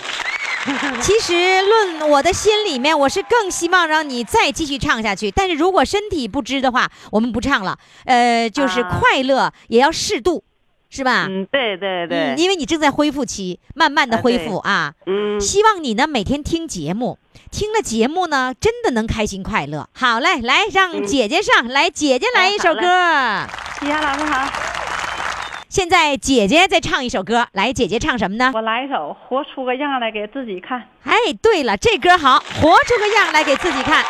[SPEAKER 2] 其实论我的心里面，我是更希望让你再继续唱下去。但是如果身体不支的话，我们不唱了。呃，就是
[SPEAKER 12] 啊
[SPEAKER 2] 快乐也要适度，是吧？
[SPEAKER 12] 嗯，对对对
[SPEAKER 2] 嗯，，因为你正在恢复期，慢慢的
[SPEAKER 12] 啊
[SPEAKER 2] 恢
[SPEAKER 12] 对
[SPEAKER 2] 复啊。
[SPEAKER 12] 嗯，
[SPEAKER 2] 希望你呢每天听节目，听了节目呢真的能开心快乐。好嘞，来让
[SPEAKER 12] 嗯
[SPEAKER 2] 姐姐上、来，姐姐来
[SPEAKER 12] 哎
[SPEAKER 2] 一首
[SPEAKER 12] 好嘞
[SPEAKER 2] 歌。
[SPEAKER 13] 李霞老师好，
[SPEAKER 2] 现在姐姐再唱一首歌，来，姐姐唱什么呢？
[SPEAKER 13] 我来一首《活出个样来给自己看》。
[SPEAKER 2] 哎，对了，这歌好，活出个样来给自己看。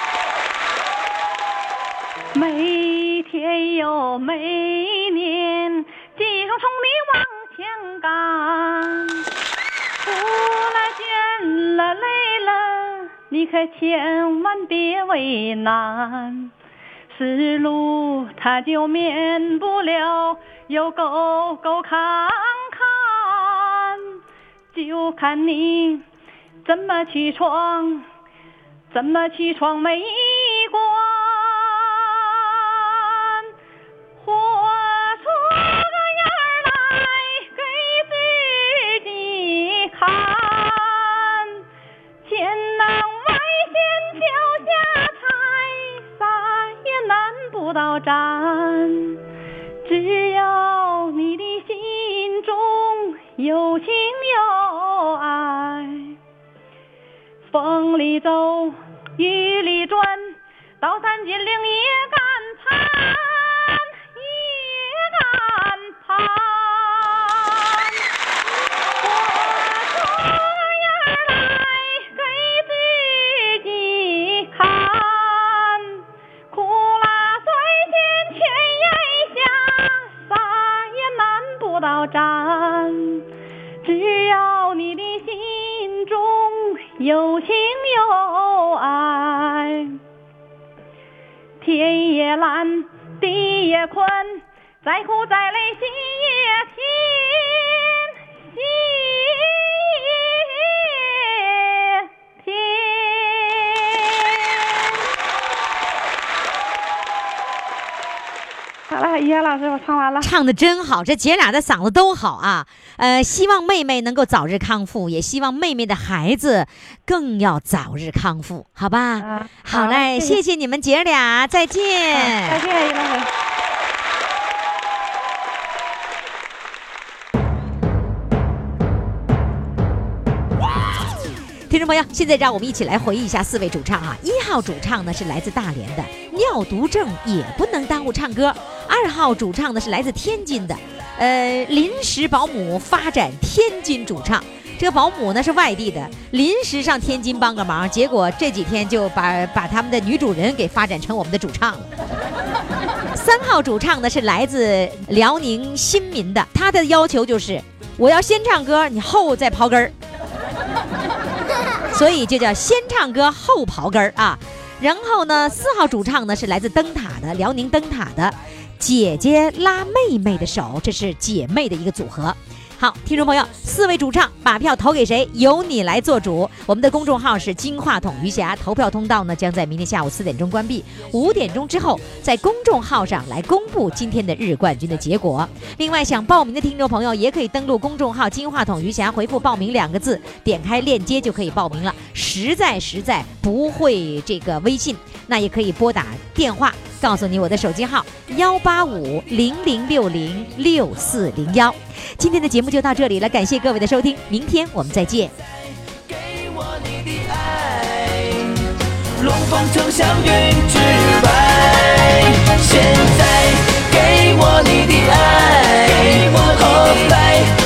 [SPEAKER 13] 每天又每年，急匆匆地往前赶，苦了倦了累了，你可千万别为难。死路它就免不了有沟沟坎坎，就看你怎么去闯。怎么去闯没关？活出个样儿来给自己看，千难万险脚下踩，啥也难不倒咱。只要你的心中有情有爱。风里走，雨里转，刀山金陵也敢攀，也敢攀。我这样来给自己看，苦辣酸咸全咽下，啥也难不倒咱。只要你的心中有情有爱，天也蓝，地也宽，再苦再累心也拼，心也拼。 好了，叶老师，我唱完了。
[SPEAKER 2] 唱的真好，这姐俩的嗓子都好啊。呃，希望妹妹能够早日康复，也希望妹妹的孩子更要早日康复，好吧？
[SPEAKER 13] 啊
[SPEAKER 2] 好嘞，
[SPEAKER 13] 谢啊
[SPEAKER 2] 谢谢你们姐俩，再见。
[SPEAKER 13] 再见，叶老师。
[SPEAKER 2] 听众朋友，现在让我们一起来回忆一下四位主唱啊。一号主唱呢是来自大连的，尿毒症也不能耽误唱歌。二号主唱呢是来自天津的，呃，临时保姆发展天津主唱。这个保姆呢是外地的，临时上天津帮个忙，结果这几天就把把他们的女主人给发展成我们的主唱了。三号主唱呢是来自辽宁新民的，他的要求就是我要先唱歌，你后再刨根儿。所以就叫先唱歌后刨根儿啊。然后呢，四号主唱呢是来自灯塔的辽宁灯塔的姐姐拉妹妹的手，这是姐妹的一个组合。好，听众朋友，四位主唱把票投给谁，由你来做主。我们的公众号是金话筒余霞，投票通道呢将在明天下午四点钟关闭，五点钟之后在公众号上来公布今天的日冠军的结果。另外，想报名的听众朋友也可以登录公众号“金话筒余霞”，回复“报名”两个字，点开链接就可以报名了。实在实在不会这个微信，那也可以拨打电话，告诉你我的手机号幺八五零零六零六四零幺。今天的节目就到这里了，感谢各位的收听，明天我们再见。
[SPEAKER 1] 给我你的爱，龙凤呈祥云之外。现在给我你的爱，给我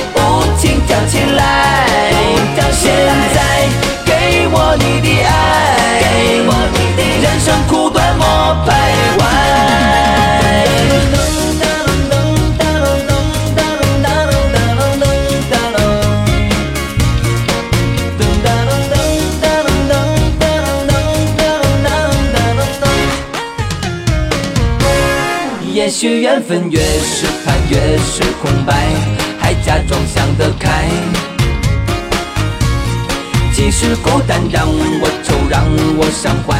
[SPEAKER 1] 也许缘分越是看越是空白，还假装想得开。即使孤单让我愁，让我伤怀，